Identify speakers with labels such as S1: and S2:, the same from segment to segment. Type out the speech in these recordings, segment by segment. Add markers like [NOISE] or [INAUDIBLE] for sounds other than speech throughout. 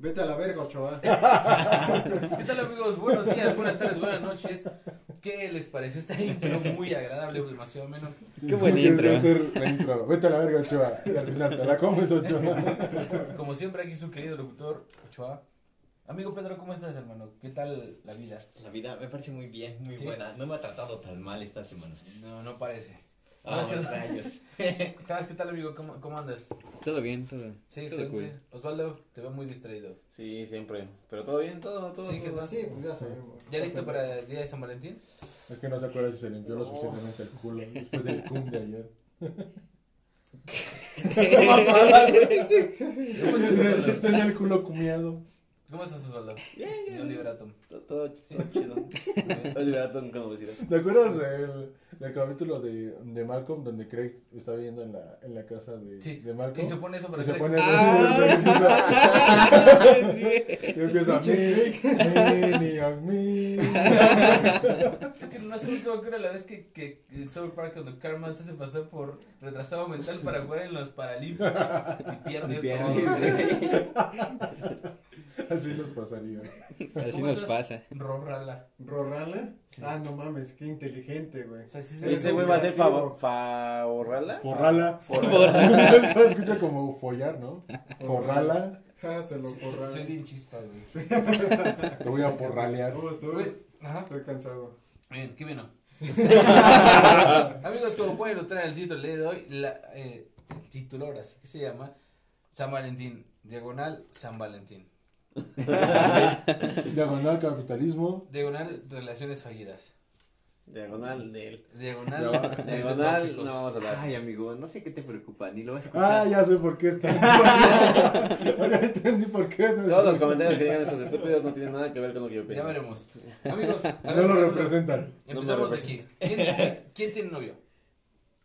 S1: Vete a la verga, Ochoa.
S2: ¿Qué tal amigos? Buenos días, buenas tardes, buenas noches. ¿Qué les pareció esta intro muy agradable, pues, demasiado menos?
S3: [LAUGHS] Qué buen intro. eh.
S1: Debe ser la intro. Vete a la verga, [LAUGHS] Ochoa. Y al final te la comes, Ochoa.
S2: Como siempre aquí su querido locutor, Ochoa. Amigo Pedro, ¿cómo estás, hermano? ¿Qué tal la vida?
S4: La vida me parece muy bien, muy
S2: ¿Sí?
S4: buena. No me ha tratado tan mal esta semana.
S2: No, no parece.
S4: Ah,
S2: Gracias.
S4: [LAUGHS] rayos.
S2: Cabas, [LAUGHS] ¿qué tal, amigo? ¿Cómo, cómo andas?
S3: Todo bien, todo.
S2: Sí,
S3: todo
S2: excelente. Osvaldo, te veo muy distraído.
S5: Sí, siempre. Pero todo bien, todo, todo.
S2: Sí, ¿qué
S5: todo
S2: tal?
S5: bien.
S1: Sí, pues ya sabemos.
S2: ¿Ya listo para el día de San Valentín?
S1: Es que no se acuerda si se limpió lo suficientemente el culo después del cum de ayer.
S5: [LAUGHS]
S1: Tenía [LAUGHS] tenía el culo cumiado.
S2: ¿Cómo estás, Osvaldo?
S5: Bien,
S2: Yo,
S5: gracias.
S2: Liberatum.
S5: Todo, todo, todo chido. Os dirá todo como decir.
S1: ¿Te acuerdas del, del capítulo de, de Malcolm donde Craig está viviendo en la, en la casa de,
S2: Sí.
S1: de Malcolm?
S2: Y se pone eso para Ah,
S1: Y se
S2: hacer
S1: pone [LAUGHS] y empieza a mí, mini of me.
S2: Es que no sé cómo que era la vez que, que, que South Park cuando Carmen se hace pasar por retrasado mental para jugar en los Paralímpicos y pierde,
S3: Y pierde.
S2: todo. güey.
S1: [LAUGHS] Así nos pasaría.
S3: Así
S2: ¿Cómo
S3: nos
S2: estás,
S3: pasa.
S2: Rob Rala?
S6: ¿Rorrala? Ah, no mames, qué inteligente, güey.
S2: O sea, sí se-
S5: Este güey va a ser favor. ¿Favorrala?
S1: Forrala.
S3: Forrala.
S1: [LAUGHS] Se escucha como follar, ¿no? Forrala.
S6: Ja, se lo
S2: soy,
S6: forrala.
S2: soy bien chispa, güey.
S1: Te voy a forralear.
S6: ¿Cómo
S2: Güey,
S6: estuve?
S2: Ajá.
S6: Estoy cansado.
S2: Bien, qué
S5: [LAUGHS]
S2: bueno. Amigos, como pueden notar en el título le doy la, eh, el título ahora sí que se llama San Valentín, diagonal San Valentín,
S1: Diagonal capitalismo.
S2: diagonal relaciones fallidas,
S5: Diagonal
S2: [LAUGHS]
S5: de él.
S2: diagonal
S5: Diagonal,
S2: tóxicos.
S5: no vamos a hablar. así.
S3: Ay, amigo, no sé qué te preocupa, ni lo vas a
S1: Ah,
S3: escuchar.
S1: ya sé por qué está. Ahora entendí por qué.
S5: Todos los comentarios que digan estos estúpidos no tienen nada que ver con lo que yo
S2: Ya
S5: pienso.
S2: veremos. Amigos, a
S1: No
S2: ver,
S1: lo
S2: Pablo,
S1: representan.
S2: Empezamos
S5: No me
S2: de aquí. ¿Quién, quién tiene novio?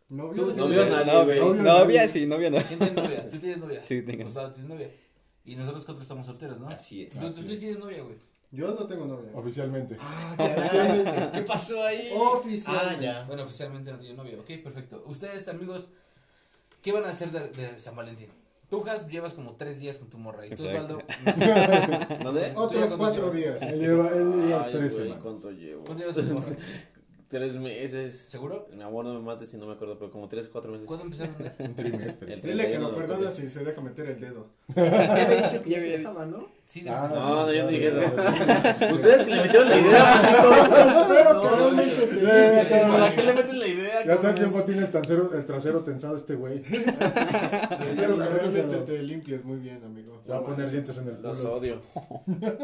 S6: ¿Novio?
S5: No veo nadie, güey.
S1: novio,
S3: Novia,
S1: novio.
S3: sí,
S4: [LAUGHS]
S3: novia no.
S2: ¿Quién tiene novia? ¿Tú tienes novia?
S3: Sí, tengo.
S2: Osvaldo, ¿tienes novia? Y nosotros cuatro estamos solteros, ¿no?
S3: Así es.
S2: Tú, tú, tú tienes novia, güey.
S6: Yo no tengo novia.
S1: Oficialmente.
S4: ¿Qué pasó ahí?
S3: Eh,
S6: Oficial.
S4: Ah, [LAUGHS] ya.
S2: Bueno, oficialmente no tiene novia. Ok, perfecto. Ustedes, amigos, ¿qué van a hacer de, de San Valentín? Tú, Jas, llevas como tres días con tu morra. Y tú,
S3: Exacto.
S2: Osvaldo,
S3: [LAUGHS]
S5: ¿Dónde?
S6: Otros cuatro días.
S1: Él lleva, él lleva
S5: Ay,
S1: tres
S5: güey,
S1: semanas.
S5: ¿Cuánto llevo?
S2: ¿cuánto llevas con tu morra?
S5: Tres meses.
S2: ¿Seguro?
S5: Mi amor, no me mates si no me acuerdo, pero como tres, cuatro meses.
S2: ¿Cuándo empezaron a andar?
S1: Un trimestre.
S5: El
S6: Dile que lo
S5: 31 de octubre.
S6: perdona si se deja meter el dedo.
S3: Ya había dicho que ya había
S6: dejaba, ¿no?
S2: Sí, de
S1: Ah,
S5: No, no, yo no dije eso.
S1: sí, sí.
S5: pues. Ustedes que le metieron la idea, [LAUGHS]
S6: Espero
S2: No,
S6: que realmente
S2: sí,
S6: te
S1: sí.
S6: diga.
S1: Ya, ya,
S5: ¿para qué le meten la idea?
S1: Ya todo el
S5: cabrones?
S1: tiempo tiene el, tancero- el trasero tensado este güey. [LAUGHS]
S6: Espero que realmente
S1: Te
S6: te limpies muy bien, amigo.
S1: va a poner dientes en el
S5: Los
S1: culo.
S5: odio.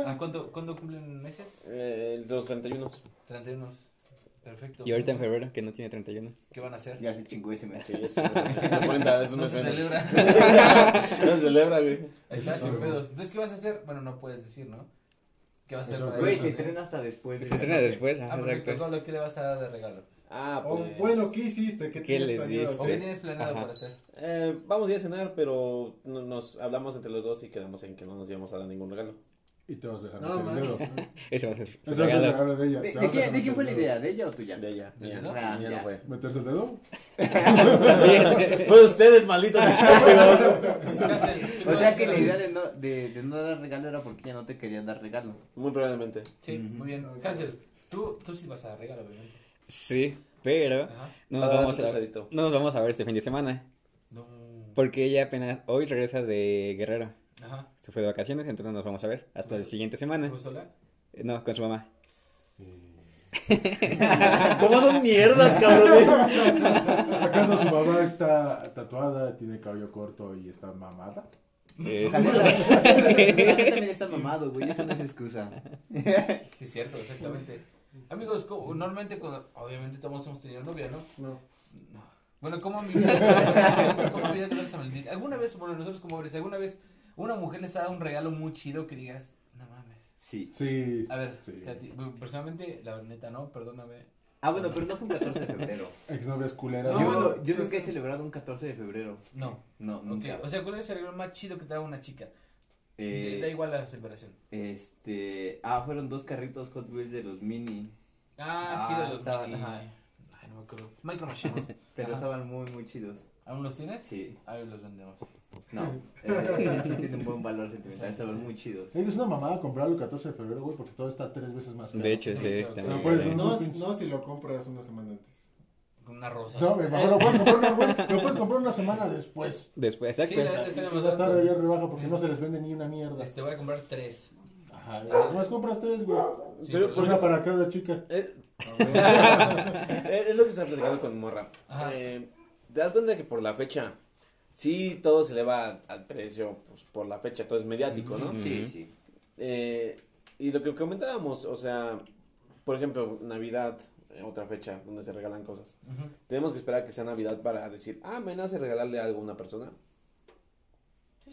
S2: ¿A cuánto, cuándo cumplen meses?
S5: Eh, los 31.
S2: 31. Perfecto.
S3: Y ahorita en febrero, que no tiene 31.
S2: ¿Qué van a hacer?
S3: Ya se chingó ese mes.
S5: Sí,
S3: [LAUGHS]
S5: es chido. No cuenta, es un
S2: No se
S5: escenario.
S2: celebra.
S5: [LAUGHS] No se celebra, güey.
S2: [LAUGHS] Ahí está, sin pedos. Entonces, ¿qué vas a hacer? Bueno, no puedes decir, ¿no? ¿Qué vas a hacer?
S1: Eso,
S2: para
S1: güey,
S2: eso?
S1: se
S4: hasta después.
S3: Se estrena después,
S2: Ah,
S3: ajá,
S2: perfecto.
S3: exacto.
S2: Solo, ¿qué le vas a dar de regalo?
S5: Ah,
S6: O,
S5: pues.
S6: Oh, bueno, ¿qué hiciste? ¿Qué,
S3: ¿Qué
S6: tienes
S3: les
S6: planeado
S2: ¿O
S3: diste?
S2: qué
S6: hacer?
S2: tienes planeado
S3: Ajá.
S2: para
S1: [LAUGHS]
S2: hacer?
S5: eh, vamos a ir a cenar, pero no- nos hablamos entre los dos y quedamos en que no nos íbamos a dar ningún regalo.
S1: Y te vas a dejar
S6: No,
S1: meter el
S6: man.
S1: dedo.
S3: Eso va a ser.
S1: Eso
S3: su
S1: es el
S3: regalo.
S1: regalo de ella. te vas a dejar meter el dedo.
S4: ¿De ella o tuya?
S5: De ella, de ella.
S2: Ah,
S5: mía no fue.
S1: ¿Meterse el dedo?
S5: [LAUGHS]
S1: [LAUGHS]
S5: Fue ustedes, malditos [LAUGHS] estúpidos.
S2: o
S4: de no, de, no dar regalo era porque ella no te quería dar
S3: [LAUGHS]
S4: regalo.
S5: Muy probablemente.
S2: Sí, muy bien. Hazel, tú, tú sí vas a dar regalo, obviamente.
S3: Sí, pero
S2: Ajá.
S3: no nos,
S5: Ah,
S3: vamos
S5: sí,
S3: a,
S5: pesadito.
S3: no nos vamos a ver este fin de semana.
S2: No.
S3: Porque ella apenas hoy regresa de Guerrero.
S2: Ajá.
S3: Se fue de vacaciones, entonces nos vamos a ver hasta la siguiente semana.
S2: ¿Tú sola?
S3: Eh, No, con su mamá.
S5: ¿Cómo son mierdas, cabrones?
S1: ¿Acaso su mamá está tatuada, tiene cabello corto y está mamada?
S3: Es-
S4: también está mamado, güey, eso no es excusa.
S2: Sí, Es cierto, exactamente. Amigos, ¿cómo- normalmente cuando, obviamente todos hemos tenido novia, ¿no?
S6: No.
S2: Bueno, ¿cómo mi vida? [LAUGHS] ¿Cómo mi vida con San Valentín? ¿Alguna vez, bueno, nosotros como hombres, alguna vez una mujer les ha dado un regalo muy chido que digas, no mames?
S4: Sí.
S1: Sí.
S2: A ver,
S1: Sí.
S2: a ti- bueno, personalmente, la neta, ¿no? Perdóname.
S4: Ah, bueno, pero no fue un 14 de
S3: [LAUGHS]
S4: febrero.
S1: Exnovias culeras.
S6: No,
S4: yo
S1: No,
S4: no- yo nunca he celebrado un 14 de febrero.
S2: No,
S4: No,
S2: ok.
S4: nunca.
S2: O sea, ¿cuál es el regalo más chido que te da una chica?
S4: Eh,
S2: Da igual la celebración.
S4: Este. Ah, fueron dos carritos Hot Wheels de los mini.
S2: Ah, sí,
S4: Ah,
S2: de los
S4: estaba-
S2: mini.
S4: ajá.
S2: Ay, no me acuerdo. Micro Machines.
S4: Pero
S2: Ajá.
S4: estaban muy, muy chidos.
S2: ¿Aún los tienes?
S4: Sí.
S2: Ahí los vendemos.
S3: [LAUGHS]
S4: No, eh, sí tiene un buen valor sentimental,
S2: Exacto.
S4: estaban muy chidos.
S1: Es una mamada comprarlo el 14 de febrero, güey, porque todo está tres veces más caro.
S3: [LAUGHS] De hecho,
S2: Sí,
S3: ese
S2: sí, ok.
S3: también.
S1: No, pues,
S3: vale.
S6: No, no si lo compras una semana antes.
S2: Con una rosa.
S1: No, me mejor lo puedes comprar, una- güey, lo puedes comprar una semana después.
S3: Después,
S2: Sí, la
S3: exacto.
S2: neta sale
S1: Y
S2: más
S1: Ya está
S2: barato.
S1: ya rebaja porque no se les vende ni una mierda.
S2: Este, voy a comprar tres.
S1: Ajá, güey. Más compras tres, güey.
S2: Sí,
S5: Pero,
S2: pero-
S5: ¿por
S1: Una para cada chica.
S5: [LAUGHS] Eh, [LAUGHS]
S6: A
S5: eh, es lo que estaba platicando con Morra.
S2: Ajá.
S5: Eh, Te das cuenta que por la fecha, sí, todo se eleva al precio, pues por la fecha, todo es mediático, ¿no?
S4: Sí, sí.
S5: Eh, y lo que comentábamos, o sea, por ejemplo, Navidad, eh, otra fecha donde se regalan cosas.
S2: Ujú.
S5: Tenemos que esperar a que sea Navidad para decir, ah, me nace regalarle algo a una persona.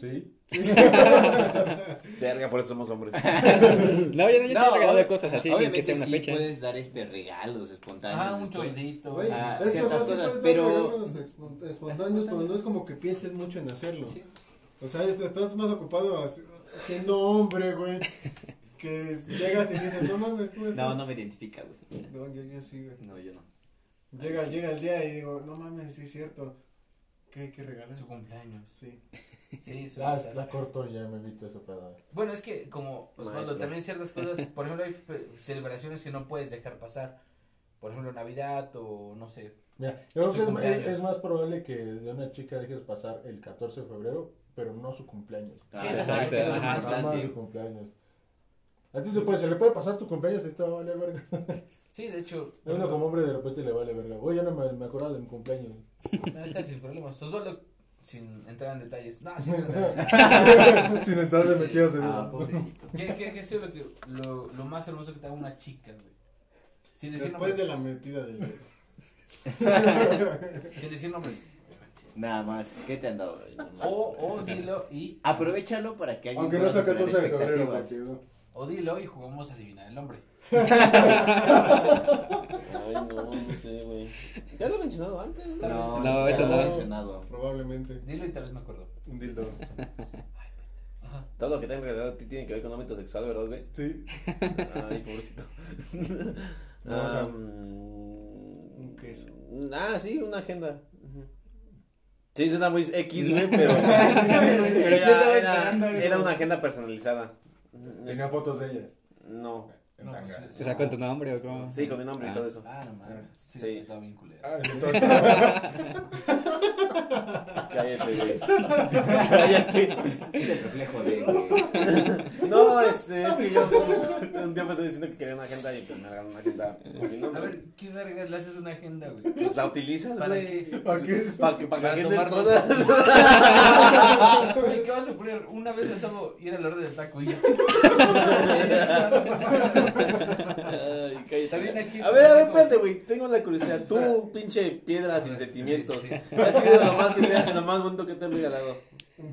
S1: Sí.
S5: Verga, por eso somos hombres.
S3: No, yo, yo te he regalado
S4: ob-
S3: cosas
S7: ah,
S3: así sin que
S4: obviamente
S3: sea una
S4: sí
S3: fecha.
S4: puedes dar este regalos espontáneos.
S2: Ah, un
S4: después.
S2: choldito.
S6: Güey,
S4: Ah,
S6: es que o sea,
S4: ciertas
S6: sí
S4: cosas,
S6: puedes dar
S4: pero-
S6: regalos espon- espontáneos, pero no es como que pienses mucho en hacerlo.
S4: Sí.
S6: O sea, es- estás más ocupado haci- siendo hombre, güey, que llegas y dices, no mames, ¿cómo es
S4: No,
S6: eso?"
S4: no me identifica, güey.
S6: No, yo, yo sí, güey.
S4: No, yo no.
S6: Llega, llega el día y digo, no mames, sí es cierto. ¿Qué hay que regalar?
S2: Su cumpleaños.
S6: Sí.
S2: Sí, su
S1: La,
S2: cumpleaños.
S1: la corto ya, me evito eso para.
S2: Bueno, es que como Osvaldo,
S5: Maestro.
S2: también ciertas cosas, por ejemplo, hay fe- celebraciones que no puedes dejar pasar. Por ejemplo, Navidad o no sé.
S1: Mira, yo
S2: Su
S1: creo que es-
S2: cumpleaños.
S1: es, es más probable que de una chica dejes pasar el 14 de febrero, pero no su cumpleaños.
S4: Ah,
S2: Sí,
S4: [LAUGHS]
S3: exacto,
S4: es
S3: ajá.
S1: Ah,
S4: bastante.
S1: no, no su cumpleaños. A ti se, puede, se le puede pasar tu cumpleaños y te va a valer verga.
S2: Sí, de hecho.
S1: A uno como hombre de repente le vale verga. Oye, no me, me acordaba de mi cumpleaños.
S2: No, está sin problemas. Osvaldo, sin entrar en detalles. No,
S6: [LAUGHS]
S2: sin entrar en detalles.
S1: [LAUGHS] Sin entrar de
S2: Sí.
S1: metidos en
S4: Ah,
S1: el-
S4: pobrecito.
S2: ¿Qué, qué, qué ha sido lo, que, lo, lo más hermoso que te haga una chica, güey? Sin decir
S6: Después de la
S2: nombres.
S6: metida del dedo.
S2: Sin decir nombres.
S4: Nada más, ¿qué te han dado?
S2: O, o dilo y.
S4: Aprovechalo para que alguien
S6: Aunque no
S4: pueda
S6: sea
S4: superar
S6: 14 de febrero,
S4: expectativas.
S6: porque no.
S2: O dilo y jugamos a adivinar el nombre.
S5: Ay, no, no sé, güey. Ya lo he mencionado antes, ¿no?
S4: No,
S3: No,
S4: no,
S3: esto
S4: no.
S3: no.
S4: mencionado.
S6: Probablemente.
S2: Dilo y tal vez me acuerdo.
S6: Un dildo.
S5: Todo lo que tenga realidad a ti tiene que ver con ámbito sexual, ¿verdad, güey?
S6: Sí.
S5: Ay, pobrecito.
S6: No, o sea,
S5: Am,
S6: un queso.
S5: mm, Ah, sí, una agenda. Ujú. Sí, suena muy X, güey, [LAUGHS] pero. era,
S6: esperando
S5: era,
S6: algo.
S5: era una agenda personalizada. Ujú, es-
S1: Tenía fotos de ella.
S5: No.
S2: No, pues,
S1: Tanga.
S3: O sea, con tu nombre o cómo.
S5: Sí, con mi nombre y
S3: Ah.
S5: todo eso.
S2: Ah, no mames. Sí,
S5: Sí.
S2: está bien culero.
S1: Ah, entonces-
S5: Cállate, güey. Cállate.
S4: Este Es el reflejo de. de-
S5: No, este, es que yo un día me estoy diciendo que quería una agenda y pues me regaló una agenda con mi
S2: A
S5: nombre.
S2: ver, ¿qué vergas le haces una agenda, güey?
S5: Pues la utilizas,
S2: ¿Para
S5: güey. Pues,
S2: qué?
S6: ¿Para qué?
S5: Para que para que
S2: Para
S5: agendes
S2: tomar
S5: cosas.
S2: Güey, ¿Qué vas a poner? Una vez al sábado ir al orden del taco y yo.
S5: Ay, cállate.
S2: Está bien aquí,
S5: A ver, a ver,
S2: pendejo.
S5: espérate, güey. Tengo la curiosidad. Tú,
S2: Espera.
S5: pinche piedra sin
S2: Sí,
S5: sentimientos.
S2: sí, sí.
S5: [LAUGHS] Ha sido lo más, que te- lo más bonito que te han regalado.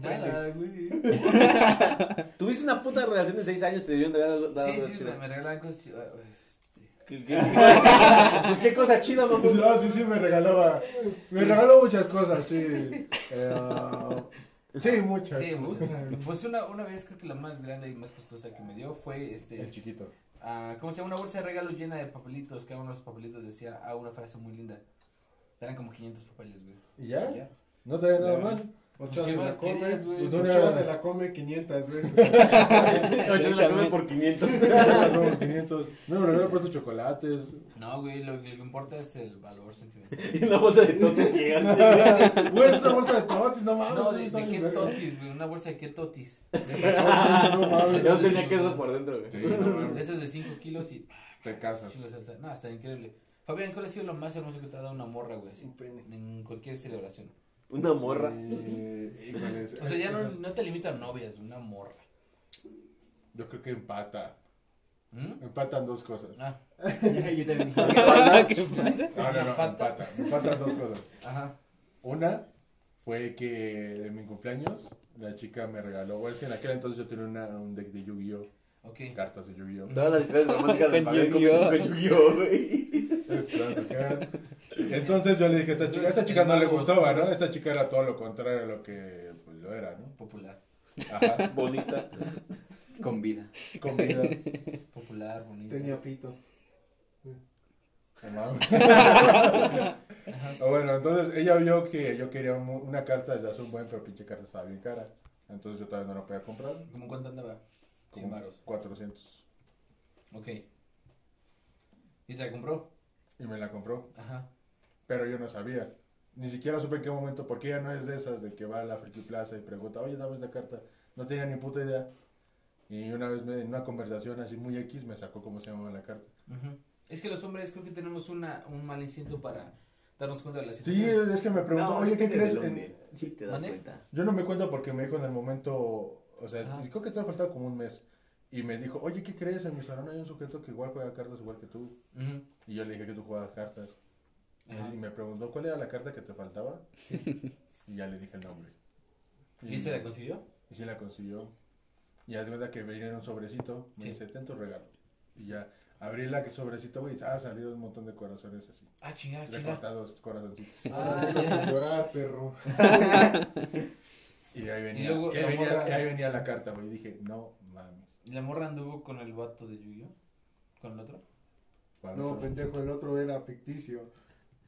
S2: Nada, güey.
S5: Tuviste una puta relación de seis años, te debieron de haber dado.
S2: Sí,
S5: algo
S2: sí,
S5: chido.
S2: me, me regalan cosas. chidas, este,
S5: ¿Qué- qué- qué- [LAUGHS] Pues qué cosa
S2: [LAUGHS]
S5: chida, mamón.
S1: Pues, no, sí, sí, me regalaba. Me regaló muchas cosas, sí. Eh, sí,
S6: [LAUGHS]
S1: muchas.
S2: Sí, muchas. Pues una, una vez creo que la más grande y más costosa que me dio fue
S1: El
S2: este,
S1: chiquito.
S2: ah, ¿cómo se llama? Una bolsa de regalo llena de papelitos, cada uno de los papelitos decía ah, una frase muy linda. Eran como 500 papeles, güey.
S1: ¿Y
S2: Ya.
S1: ya? ¿No traía nada más?
S6: Ochoa
S2: ¿Qué
S6: se
S2: más
S6: la come.
S2: querías, güey?
S6: Pues
S1: Una-
S6: Ochoa se la come 500 veces.
S4: [LAUGHS]
S5: No, yo se la comí por 500.
S1: Me regaló 500. No, me regaló puesto chocolates.
S2: No, güey, lo, lo que importa es el valor sentimental.
S5: [LAUGHS] Y una bolsa de totes gigante.
S1: [LAUGHS]
S2: [LAUGHS]
S1: Güey, esta bolsa de totis, no mames.
S2: No, de,
S1: Ah, pues, está
S2: de
S1: bien
S2: qué
S1: verga.
S2: totis, güey, una bolsa de qué totis.
S1: No mames.
S5: Yo tenía queso por dentro, güey.
S2: De esas de 5 kilos y ah,
S1: Te casas.
S2: chingo de salsa. No, está increíble. Fabián, ¿cuál ha sido lo más hermoso que te ha dado una morra, güey? así?
S6: Un pene.
S2: En cualquier celebración.
S5: Una morra.
S2: Mm.
S1: Eh, híjoles.
S2: O sea, ya no, no te limitan novias, una morra.
S1: Yo creo que empata.
S2: ¿Mm?
S1: Empatan dos cosas.
S2: Ah,
S4: Yo también.
S1: No, no, no,
S2: ¿Empata?
S1: empata. Empatan dos cosas.
S2: ajá.
S1: Una fue que de mi cumpleaños la chica me regaló. Bueno, es que en aquel entonces yo tenía una, un deck de Yu-Gi-Oh!
S2: Ok.
S1: Cartas de Yu-Gi-Oh!
S5: Todas las historias románticas de
S3: Con
S5: Fabián con
S3: Yu-Gi-Oh.
S5: Yu-Gi-Oh,
S2: [LAUGHS]
S5: güey.
S1: [LAUGHS] Entonces yo le dije a esta chica, a esta chica no le gustaba, ¿no? Esta chica era todo lo contrario a lo que pues, lo era, ¿no?
S2: Popular.
S1: Ajá,
S5: [LAUGHS] Bonita.
S4: Con vida.
S1: comida.
S2: Popular, bonito.
S6: Tenía pito.
S1: No mames. O bueno, entonces ella vio que yo quería un- una carta desde hace un buen, pero pinche carta estaba bien cara. Entonces yo todavía no la podía comprar.
S2: ¿Cómo cuánto andaba? Sin
S1: Como
S2: varos.
S1: 400.
S2: Ok. ¿Y te la compró?
S1: Y me la compró.
S2: Ajá.
S1: Pero yo no sabía. Ni siquiera supe en qué momento, porque ella no es de esas de que va a la Friki Plaza y pregunta, oye, dame esta carta. No tenía ni puta idea. Y una vez me- en una conversación así muy X me sacó cómo se llamaba la carta.
S2: Ujú. Es que los hombres creo que tenemos una, un mal instinto para darnos cuenta de la situación.
S1: Sí, es que me preguntó,
S4: No,
S1: oye, ¿qué
S4: depende
S1: crees?
S4: del
S1: En-
S4: hombre. Sí, te das
S2: ¿Mande?
S4: cuenta.
S1: Yo no me cuento porque me dijo en el momento, o sea,
S2: Ajá.
S1: creo que te ha faltado como un mes. Y me dijo, oye, ¿qué crees? En mi salón hay un sujeto que igual juega cartas igual que tú.
S2: Ujú.
S1: Y yo le dije que tú jugabas cartas.
S2: Ajá.
S1: Y me preguntó cuál era la carta que te faltaba. [LAUGHS] Y ya le dije el nombre.
S2: ¿Y se la consiguió?
S1: Y sí la consiguió. Y haz de cuenta que me dieron un sobrecito. Me
S2: Sí.
S1: dice, ten tu regalo. Y ya abrí la sobrecito, güey. y, Ah, salieron un montón de corazones así.
S2: Ah, chingada, chingada.
S1: Recortados corazoncitos.
S2: Ah,
S6: Vas
S2: ya.
S6: a llorar, perro.
S1: Y ahí venía,
S2: Y luego
S1: y ahí
S2: la
S1: venía-
S2: morra-
S1: y ahí venía la carta, güey. Y dije, no mames.
S2: ¿Y la morra anduvo con el vato de Yuyo? ¿Con el otro?
S1: Para
S6: No,
S1: nosotros.
S6: pendejo, el otro era ficticio.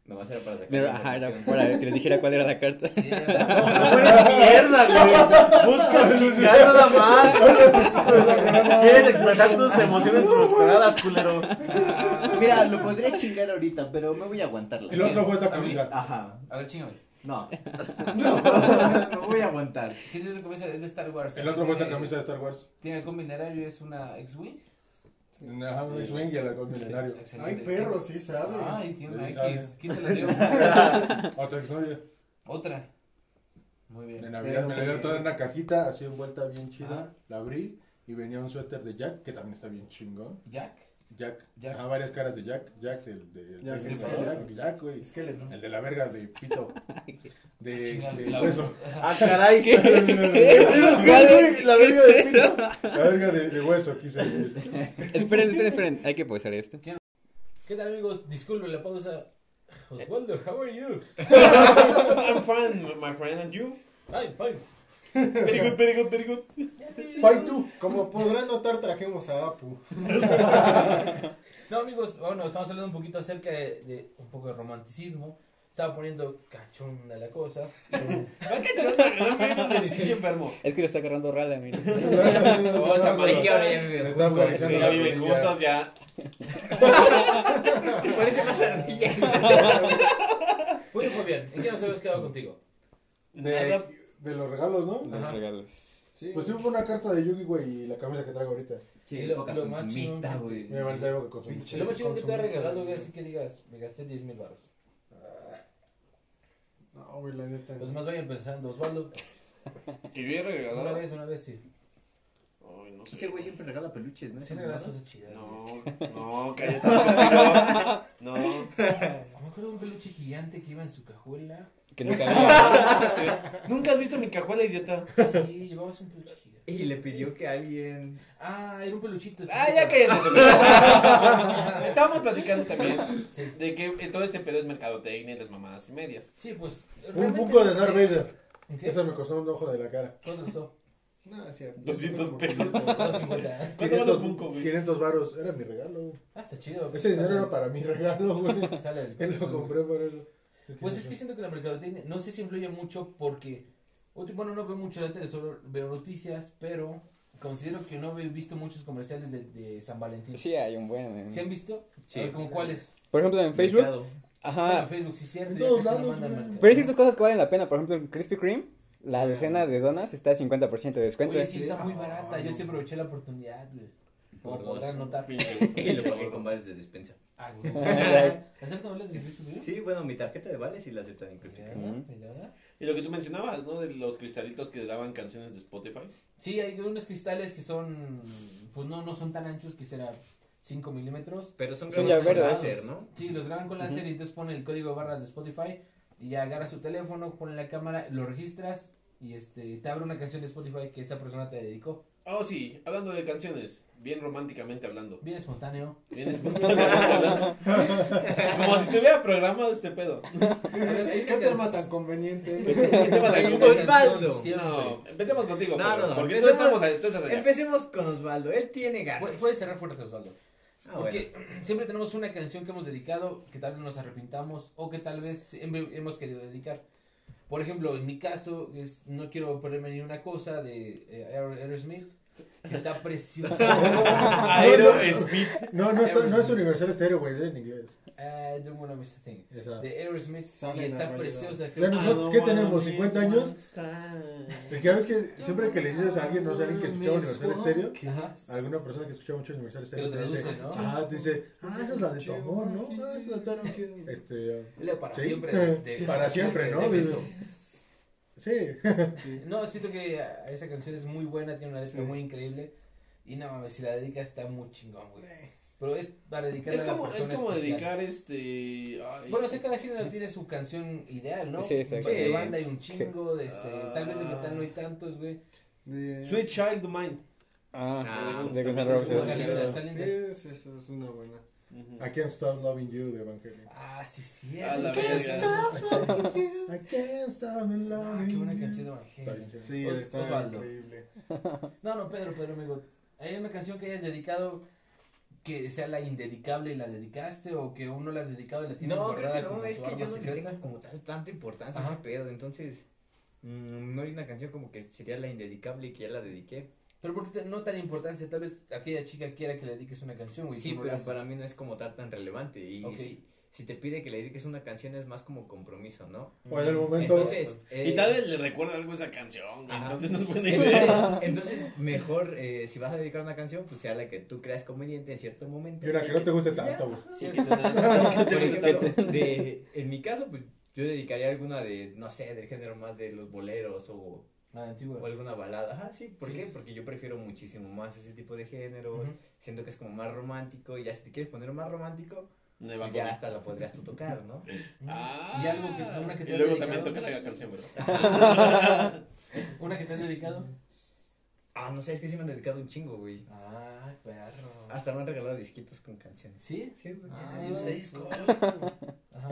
S4: Nomás era para sacar.
S3: Pero,
S4: la
S3: ajá, era
S4: información.
S3: para que les dijera cuál era la carta.
S2: Sí, [LAUGHS]
S4: ¡No eres mierda, güey! Busca chingar nada
S2: [LAUGHS]
S4: más.
S5: ¿Quieres expresar tus emociones frustradas, culero?
S4: Mira, lo podría chingar ahorita, pero me voy a aguantarla.
S1: El otro fue esta
S2: A mí-
S1: camisa.
S4: Ajá.
S2: A ver,
S4: [LAUGHS]
S2: chingame.
S4: No. No, no voy a aguantar.
S2: ¿Qué tiene la camisa? Es de Star Wars.
S1: El otro fue esta
S2: Tiene-
S1: camisa de Star Wars.
S2: Tiene el combinerario, es una X-Wing.
S1: Ajá, un swing y el alcohol milenario.
S6: Ay, perro, sí sabes.
S2: Ay, tiene una
S1: Sí,
S2: X.
S1: sabe.
S2: ¿Quién se la
S1: [LAUGHS]
S2: dio?
S1: Otra exnovia.
S2: Otra. Muy
S1: De
S2: bien.
S1: Navidad
S6: Pero,
S1: me la dio
S6: ¿por qué?
S1: toda en una cajita, así envuelta bien chida.
S2: Ajá.
S1: La abrí y venía un suéter de Jack, que también está bien chingón.
S2: Jack.
S1: Jack.
S2: Jack.
S1: Ajá, varias caras de Jack. Jack, el de. el-
S6: Jack
S1: el-
S2: el
S1: el-
S6: Sparrow.
S1: Jack, Jack, güey.
S6: Es que le.
S1: El de la verga de Pito. De,
S2: Chinga,
S1: de
S2: la-
S1: hueso.
S5: Ah, caray.
S3: La verga de
S1: La verga de, de hueso, quise decir.
S3: [LAUGHS] Esperen, esperen, esperen. Hay que pausar esto.
S2: ¿Qué tal, amigos? Disculpen la pausa. Oswaldo, how are you?
S5: I'm fine, my friend, and you?
S2: Ay, ay.
S5: Very good, very good, very good.
S6: Pai tú. Como podrán notar, trajimos a Apu.
S2: No, amigos, bueno, estamos hablando un poquito acerca de, de un poco de romanticismo. Estaba poniendo cachonda la cosa.
S5: Pinche enfermo.
S3: Es que lo está agarrando rala, mira.
S5: Pues,
S1: Es
S4: que ahora ya me
S1: Me está apareciendo
S5: Ya
S1: la
S5: viven
S1: rodilla.
S5: juntos, ya.
S4: Parece más ardilla.
S2: Muy bien, Fabián, ¿en qué nos habíamos quedado contigo?
S1: De, de los regalos, ¿no?
S3: Los regalos.
S6: Sí.
S1: Pues sí, fue una carta de Yugi, güey, y la camisa que traigo ahorita.
S4: Sí,
S2: Lo-
S4: lo,
S2: lo más
S4: consumista,
S2: chingón.
S4: güey.
S1: Me vale algo que consumí.
S6: Pinche.
S2: Lo más chido que te ha
S6: consumista,
S2: regalado, güey,
S6: güey.
S2: así que digas, me gasté 10 mil baros.
S6: No, güey, la neta.
S1: Pues-
S2: Los Pues más vayan pensando, Osvaldo,
S5: Que yo ya he
S2: una
S5: regalado.
S2: vez, una vez sí.
S5: Ay, no sé.
S4: Ese güey siempre regala peluches, ¿no?
S2: Sí regalas cosas chidas. güey.
S5: No, no, cállate. No.
S2: Me acuerdo de un peluche gigante que iba en su cajuela.
S3: Que nunca
S2: [LAUGHS]
S3: había.
S5: Nunca has visto mi cajuela, idiota.
S2: Sí, llevabas un peluche gigante.
S4: Y le pidió que alguien.
S2: Ah, era un peluchito.
S5: Ah, ya
S2: chiquito.
S5: cállate. [LAUGHS] Estábamos platicando también
S2: Sí.
S5: de que todo este pedo es mercadotecnia y las mamadas y medias.
S2: Sí, pues.
S1: Un
S2: realmente
S1: buco
S2: no
S1: de
S2: sé.
S1: Darth Vader.
S2: ¿En qué?
S1: Eso me costó un ojo de la cara.
S2: ¿Cuánto costó?
S6: No, es cierto.
S5: 200
S6: Como
S5: pesos.
S2: 250.
S5: ¿Cuánto vale un Funko, güey?
S1: 500 varos, era mi regalo.
S2: Ah, está chido.
S1: Ese dinero era para mi regalo, güey.
S2: Sale del
S1: [LAUGHS] Él [LAUGHS] lo
S2: corazón,
S1: compré por eso.
S2: Pues es que siento que la mercadotecnia, no sé si influye mucho porque, ulti- bueno, no veo mucho la tele, solo veo noticias, pero considero que no he visto muchos comerciales de, de San Valentín.
S3: Sí, hay un buen. eh.
S2: ¿Se han visto?
S4: Sí. Ah.
S2: A ver, ¿cómo cuáles?
S3: Por ejemplo, en Facebook.
S4: Mercado.
S2: Bueno, en
S3: Ajá.
S2: Facebook, sí es cierto,
S1: Ah. En
S2: ya
S1: todos
S2: casi no
S1: lados,
S2: mandan
S1: güey.
S2: mercado.
S3: Pero hay ciertas cosas que valen la pena. Por ejemplo, en Krispy Kreme, la docena de donas está a 50% de descuento.
S2: Ah. Oye, sí está muy
S6: Ah,
S2: barata, yo
S6: no.
S2: sí aproveché la oportunidad, güey. Como
S4: Por
S2: podrán
S4: dos.
S2: notar.
S4: Y lo pagué con vales de despensa.
S2: Ah,
S4: [LAUGHS]
S2: güey. ¿Aceptan hablas de Facebook? güey?
S4: Sí, bueno, mi tarjeta de vales y la aceptan en Crispy
S2: Mira,
S4: Kreme.
S3: Ujú.
S2: mira.
S5: Y lo que tú mencionabas, ¿no? De los cristalitos que daban canciones de Spotify.
S2: Sí, hay unos cristales que son, pues no, no son tan anchos, que será 5 milímetros.
S4: Pero son
S3: Son
S4: grabados con
S3: llaveros.
S4: láser, ¿no?
S2: Sí, los graban con láser y entonces pone el código de barras de Spotify y ya agarras tu teléfono, pone la cámara, lo registras y este te abre una canción de Spotify que esa persona te dedicó.
S5: Oh, sí, hablando de canciones, bien románticamente hablando.
S2: Bien
S5: [LAUGHS]
S2: espontáneo.
S5: Bien espontáneamente [LAUGHS] hablando. Como si estuviera programado este pedo.
S2: A ver, hay
S6: ¿Qué
S2: una
S6: tema
S2: can-
S6: tan conveniente?
S5: ¿Qué tema
S2: hay
S5: tan
S2: una
S5: complicado?
S2: canción
S4: Osvaldo.
S2: siempre.
S5: No, empecemos contigo.
S4: No,
S5: Pedro,
S4: no, no,
S5: Porque tú
S4: empecemos-
S5: estamos ahí, tú estás allá.
S4: Empecemos con Osvaldo, él tiene
S2: Pu-
S4: ganas.
S2: Puedes cerrar fuerte, Osvaldo.
S3: Ah, bueno.
S2: Pues, Porque [CLEARS THROAT] siempre tenemos una canción que hemos dedicado que tal vez nos arrepintamos o que tal vez siempre hemos querido dedicar. Por ejemplo, en mi caso, es No Quiero Ponerme Ni Una Cosa de eh, Aer- Aerosmith, que
S1: [LAUGHS]
S2: está preciosa. [LAUGHS]
S4: Aero Smith.
S1: No, no, está- no es Universal Stereo, güey, es en inglés.
S2: I don't wanna miss a thing.
S1: Esa.
S2: De Aerosmith,
S6: Sale
S2: y
S6: la
S2: está
S6: realidad.
S2: preciosa.
S1: Bueno,
S2: creo que-
S1: no- ¿Qué tenemos, 50 años? Porque ya ves que siempre que le dices a alguien, no sé, alguien que escuchaba Universal Stereo,
S2: Ajá.
S1: alguna persona que escuchaba mucho Universal Stereo
S2: lo
S1: te dice,
S2: traduce, ¿no?
S6: [LAUGHS]
S1: [LAUGHS] ah, dice, ah, esa es la de tu amor, ¿no? Ah, esa es la de tu amor. Este, ah,
S2: Era para
S1: Sí.
S2: siempre. de-
S1: [LAUGHS] Para siempre, ¿no?
S2: de eso.
S1: sí.
S2: No, siento que ah, esa canción es muy buena, tiene una letra muy increíble. Y no mames, si la dedicas está muy chingón, güey. Pero es para dedicarla
S5: Es
S2: a la
S5: como, es
S2: persona
S5: como
S2: especial.
S5: dedicar este. ay.
S2: Bueno, o sea, cada género tiene su canción ideal, ¿no?
S3: Sí, exacto.
S2: De
S3: Sí.
S2: banda hay un chingo, de este, tal vez de metal no hay tantos, güey.
S6: De-
S5: Sweet Child of Mine.
S3: Ah,
S5: Ah,
S3: de Guns N'
S5: Guns N'
S2: Está
S3: Roses.
S2: linda, está
S6: Sí,
S2: linda.
S6: es- eso es una buena.
S1: I can't stop loving you de Evangelion.
S2: Ah, sí, sí.
S5: A la
S2: ¿Qué
S5: verga.
S2: está?
S1: I can't stop loving
S2: Ah, qué buena canción de Evangelio.
S1: you.
S6: Sí,
S2: Os-
S6: está
S2: Osvaldo.
S6: increíble.
S2: No, no, Pedro, Pedro, amigo. ¿Hay una canción que hayas dedicado que sea la indedicable y la dedicaste o que uno la has dedicado y la tienes
S7: No, creo
S2: guardada
S7: que no,
S2: como
S7: es
S2: tu
S7: que
S2: arma
S7: yo no le
S2: secreta?
S7: tengo como tal, tanta importancia a
S2: Ajá.
S7: ese pedo, entonces mm, no hay una canción como que sería la indedicable y que ya la dediqué.
S2: Pero porque te- no tan importancia, tal vez aquella chica quiera que le dediques una canción, güey.
S7: sí,
S2: tú no la
S7: pero
S2: haces.
S7: para mí no es como tal tan relevante y
S2: Ok.
S7: si, si te pide que le dediques una canción es más como compromiso, ¿no?
S1: O en el momento-
S7: Entonces, eh,
S4: Y tal vez le recuerda algo a esa canción, güey.
S7: Ajá.
S4: Entonces no es buena idea.
S7: entonces, entonces, mejor eh, si vas a dedicar una canción, pues sea la que tú creas conveniente en cierto momento.
S1: Y una que no te guste
S7: Y ya.
S1: tanto, güey.
S7: Sí,
S2: [LAUGHS]
S4: te
S7: Por
S4: ves
S7: ejemplo, de- en mi caso, pues yo dedicaría alguna de, no sé, del género más de los boleros o,
S2: La antigua.
S7: o alguna balada. Ajá, sí, ¿por
S2: Sí.
S7: qué? Porque yo prefiero muchísimo más ese tipo de géneros.
S2: Ujú.
S7: Siento que es como más romántico. Y ya si te quieres poner más romántico,
S4: Me va
S7: pues
S4: a
S7: ya
S4: comer.
S7: hasta la podrías tú tocar,
S4: [LAUGHS]
S7: ¿no?
S4: Ah,
S2: Y algo que- una que te
S4: y luego
S2: haya
S4: también
S2: dedicado. Ah.
S4: toca la canción,
S2: [LAUGHS]
S4: güey.
S2: ¿Una que te has dedicado?
S7: Ah, no sé, es que sí me han dedicado un chingo, güey.
S2: Ah, perro.
S7: Hasta me han regalado disquitos con canciones.
S2: ¿Sí?
S7: Sí, güey.
S2: Ah,
S7: Ah,
S2: Dios,
S7: sí.
S2: de discos. [LAUGHS] Ajá.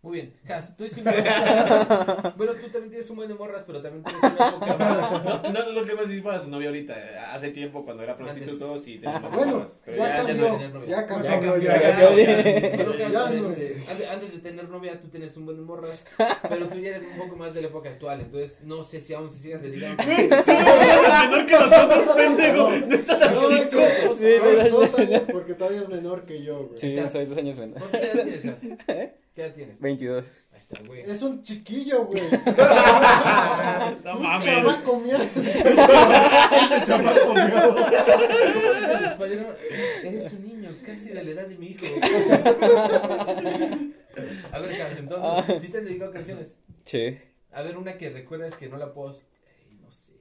S2: Muy bien, Has, tú hiciste. bueno, tú también tienes un buen de morras, pero también tienes una poca más.
S4: No, no es lo que más dispara a su novia ahorita. Hace tiempo cuando era prostituto, sí
S2: Ah,
S4: tenía más
S6: Bueno,
S4: problemas, pero
S6: ya
S4: ya, ya no es.
S6: cambió. Ya cambió.
S7: Ya cambió, [LAUGHS]
S1: ya
S7: ya cambió.
S2: Bueno,
S6: Ya
S2: Has,
S6: no
S2: este,
S6: es.
S2: ante- antes de tener novia, tú tienes un buen de morras, pero tú ya eres un poco más de la época actual, entonces no sé si aún se sigas
S7: [LAUGHS]
S2: dedicando.
S4: [LAUGHS] menor que nosotros, pendejo.
S6: No,
S4: No está tan
S6: no,
S4: chico.
S6: es cierto,
S3: Sí,
S6: soy
S3: no,
S6: dos años porque todavía es menor que yo, güey.
S3: Sí,
S2: Está-
S3: soy dos años
S2: [LAUGHS]
S3: menos.
S2: ¿Cuánta edad tienes, Has?
S7: ¿Eh?
S2: ¿Qué edad tienes?
S3: 22.
S2: Ahí está, güey.
S6: Es un
S4: [LAUGHS]
S6: chiquillo, güey.
S4: No
S6: Un
S4: mames.
S6: chamaco mierda.
S2: Como dice el español, Eres un niño casi de la edad de mi hijo. A ver, Hans, entonces, ¿sí te han dedicado canciones?
S3: Sí.
S2: A ver, una que recuerdas que no la puedo. Ay, no sé.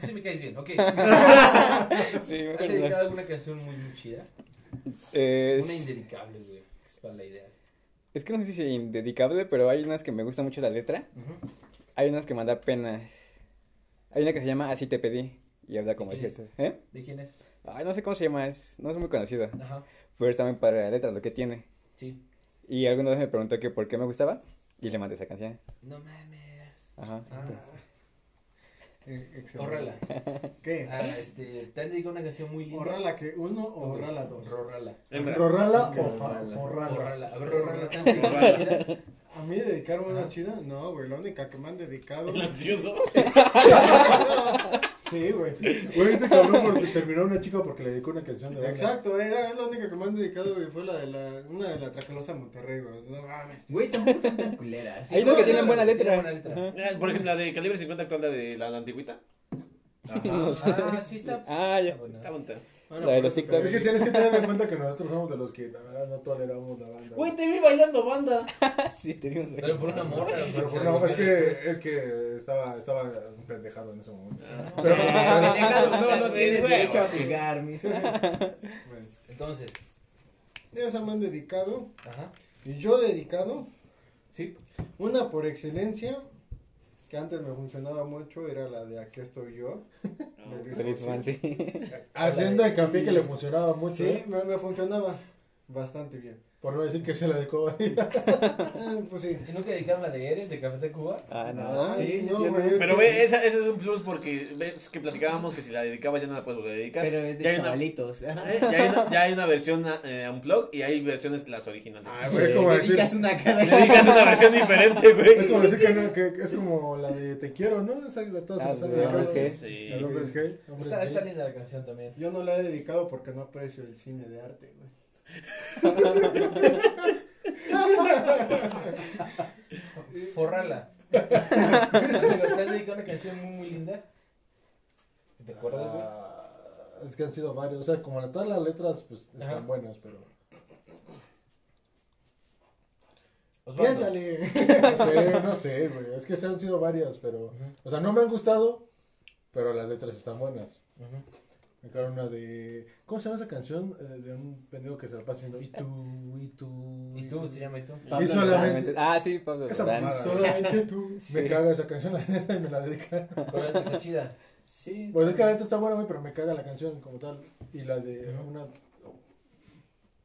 S2: Tú sí me caes bien, ok. Ah,
S3: Sí, me
S2: ¿Has
S3: acuerdo.
S2: dedicado alguna canción muy, muy chida?
S3: Es-
S2: Una indedicable, güey. Es para la idea.
S3: Es que no sé si es indedicable, pero hay unas que me gusta mucho la letra.
S2: Ujú.
S3: Hay unas que me da penas. Hay una que se llama Así te pedí. Y habla como
S2: ¿De quién
S3: cierto. ¿Eh?
S2: ¿De quién es?
S3: Ay, no sé cómo se llama. Es, no es muy conocida.
S2: Ajá.
S3: Pero está muy padre la letra, lo que tiene.
S2: Sí.
S3: Y alguna vez me preguntó que por qué me gustaba. Y le mandé esa canción.
S2: No mames.
S3: Ajá.
S2: Ah,
S6: Eh, excelente.
S2: órala.
S6: ¿Qué?
S2: Ah, este, ¿Te han dedicado una canción muy linda?
S6: ¿Horrala que uno o horrala dos?
S2: Rorrala.
S4: Hembra.
S6: ¿Rorrala o fa- forrala?
S2: Rorrala. A ver, Rorrala. ¿te han dedicado una chida?
S6: A mí dedicaron
S2: Ajá.
S6: una chida, no, güey, la única que me
S4: [LAUGHS]
S6: han dedicado.
S4: El ansioso.
S6: Sí, güey.
S1: Güey, este cabrón porque terminó una chica porque le dedicó una canción de banda.
S6: Exacto, era es la única que me han dedicado, güey, fue la de la, una de la Tracalosa Monterrey, güey. No mames.
S7: Güey, tampoco están tan culeras.
S3: Hay unas que
S2: no,
S3: tienen
S2: sí,
S3: buena
S2: tiene
S3: letra.
S2: buena letra.
S3: Ajá.
S4: Ya, Por ejemplo, la de calibre 50, ¿cuál la de la, la antigüita?
S3: No sé.
S2: Ah, sí está.
S3: Ah, ya.
S2: buena.
S4: Está bonita.
S6: Ahora,
S3: La de
S6: por
S3: los
S6: eso te
S1: Es que
S3: TikToks.
S1: tienes que tener en cuenta que nosotros somos de los que la verdad no toleramos la banda. güey.
S4: Güey, te vi bailando banda.
S3: Sí, tenemos.
S2: Pero por una morra.
S1: Pero pues, no, es que, es que estaba, estaba pendejado en ese momento.
S2: Ah.
S7: Pero,
S1: Pero-
S7: no, no tienes
S4: güey,
S7: derecho a
S4: sí.
S7: juzgar, mis.
S6: Bueno,
S2: Entonces.
S6: esa me han dedicado.
S2: Ajá.
S6: Y yo dedicado,
S2: Sí.
S6: una por excelencia, que antes me funcionaba mucho, era la de Aquí estoy yo. de Luis
S3: Feliz
S6: Fonsi.
S3: man, sí.
S1: Haciendo hincapié que le funcionaba mucho. ¿eh?
S6: Sí, me, me funcionaba bastante bien.
S1: Por no decir que sea la de
S6: [LAUGHS]
S1: Coba.
S6: pues sí.
S2: ¿Y nunca dedicaron la de Eres de Café de Cuba?
S3: Ah, no.
S6: Ah,
S3: Sí,
S6: no,
S3: sí,
S6: güey,
S3: no.
S6: es
S5: Pero
S6: que-
S5: ve, esa, ese es un plus porque ves que platicábamos que si la dedicabas ya no la puedes volver a dedicar.
S8: Pero es
S5: Ya
S8: de
S5: hay una-
S8: chavalitos.
S2: Ah,
S5: Eh, Ya hay, una, ya hay una versión eh, unplug y hay versiones las originales.
S1: Ah, güey, es como
S8: Dedicas
S1: decir,
S8: una cada
S5: Le dedicas una versión diferente,
S1: es como
S5: güey.
S1: decir que, no, que, que es como la de Te quiero, ¿no? Esa es de todas
S3: Ah,
S1: las
S3: de hombres gay.
S5: Sí.
S1: El hombre es gay. hombre
S2: Está,
S1: es
S2: está
S1: gay.
S2: linda la canción también.
S6: Yo no la he dedicado porque no aprecio el cine de arte, güey.
S2: [LAUGHS] Forrala. Amigo, ¿te has dedicado una canción muy, muy linda? ¿Te acuerdas, güey?
S1: Ah, es que han sido varios. O sea, como la- todas las letras pues, están
S2: Ajá.
S1: buenas, pero.
S2: Osvaldo.
S6: Piénsale.
S1: No sé, no sé, güey. Es que se han sido varias, pero.
S2: Ujú,
S1: O sea, no me han gustado, pero las letras están buenas.
S2: ujú.
S1: Me acuerdo una de. ¿Cómo se llama esa canción? Eh, de un pendejo que se la pasa diciendo. Y tú, y tú.
S2: ¿Y tú? ¿Se llama y tú?
S1: Y solamente.
S3: Ah, sí, Pablo
S1: Esa
S3: Durán.
S1: mamada. ¿eh?
S6: Solamente tú.
S3: Sí.
S1: Me caga esa canción, la neta, y me la dedica.
S2: Pero antes está chida.
S8: Sí.
S1: Pues es que la neta está buena, güey, pero me caga la canción como tal. Y la de
S2: Ujú.
S1: una.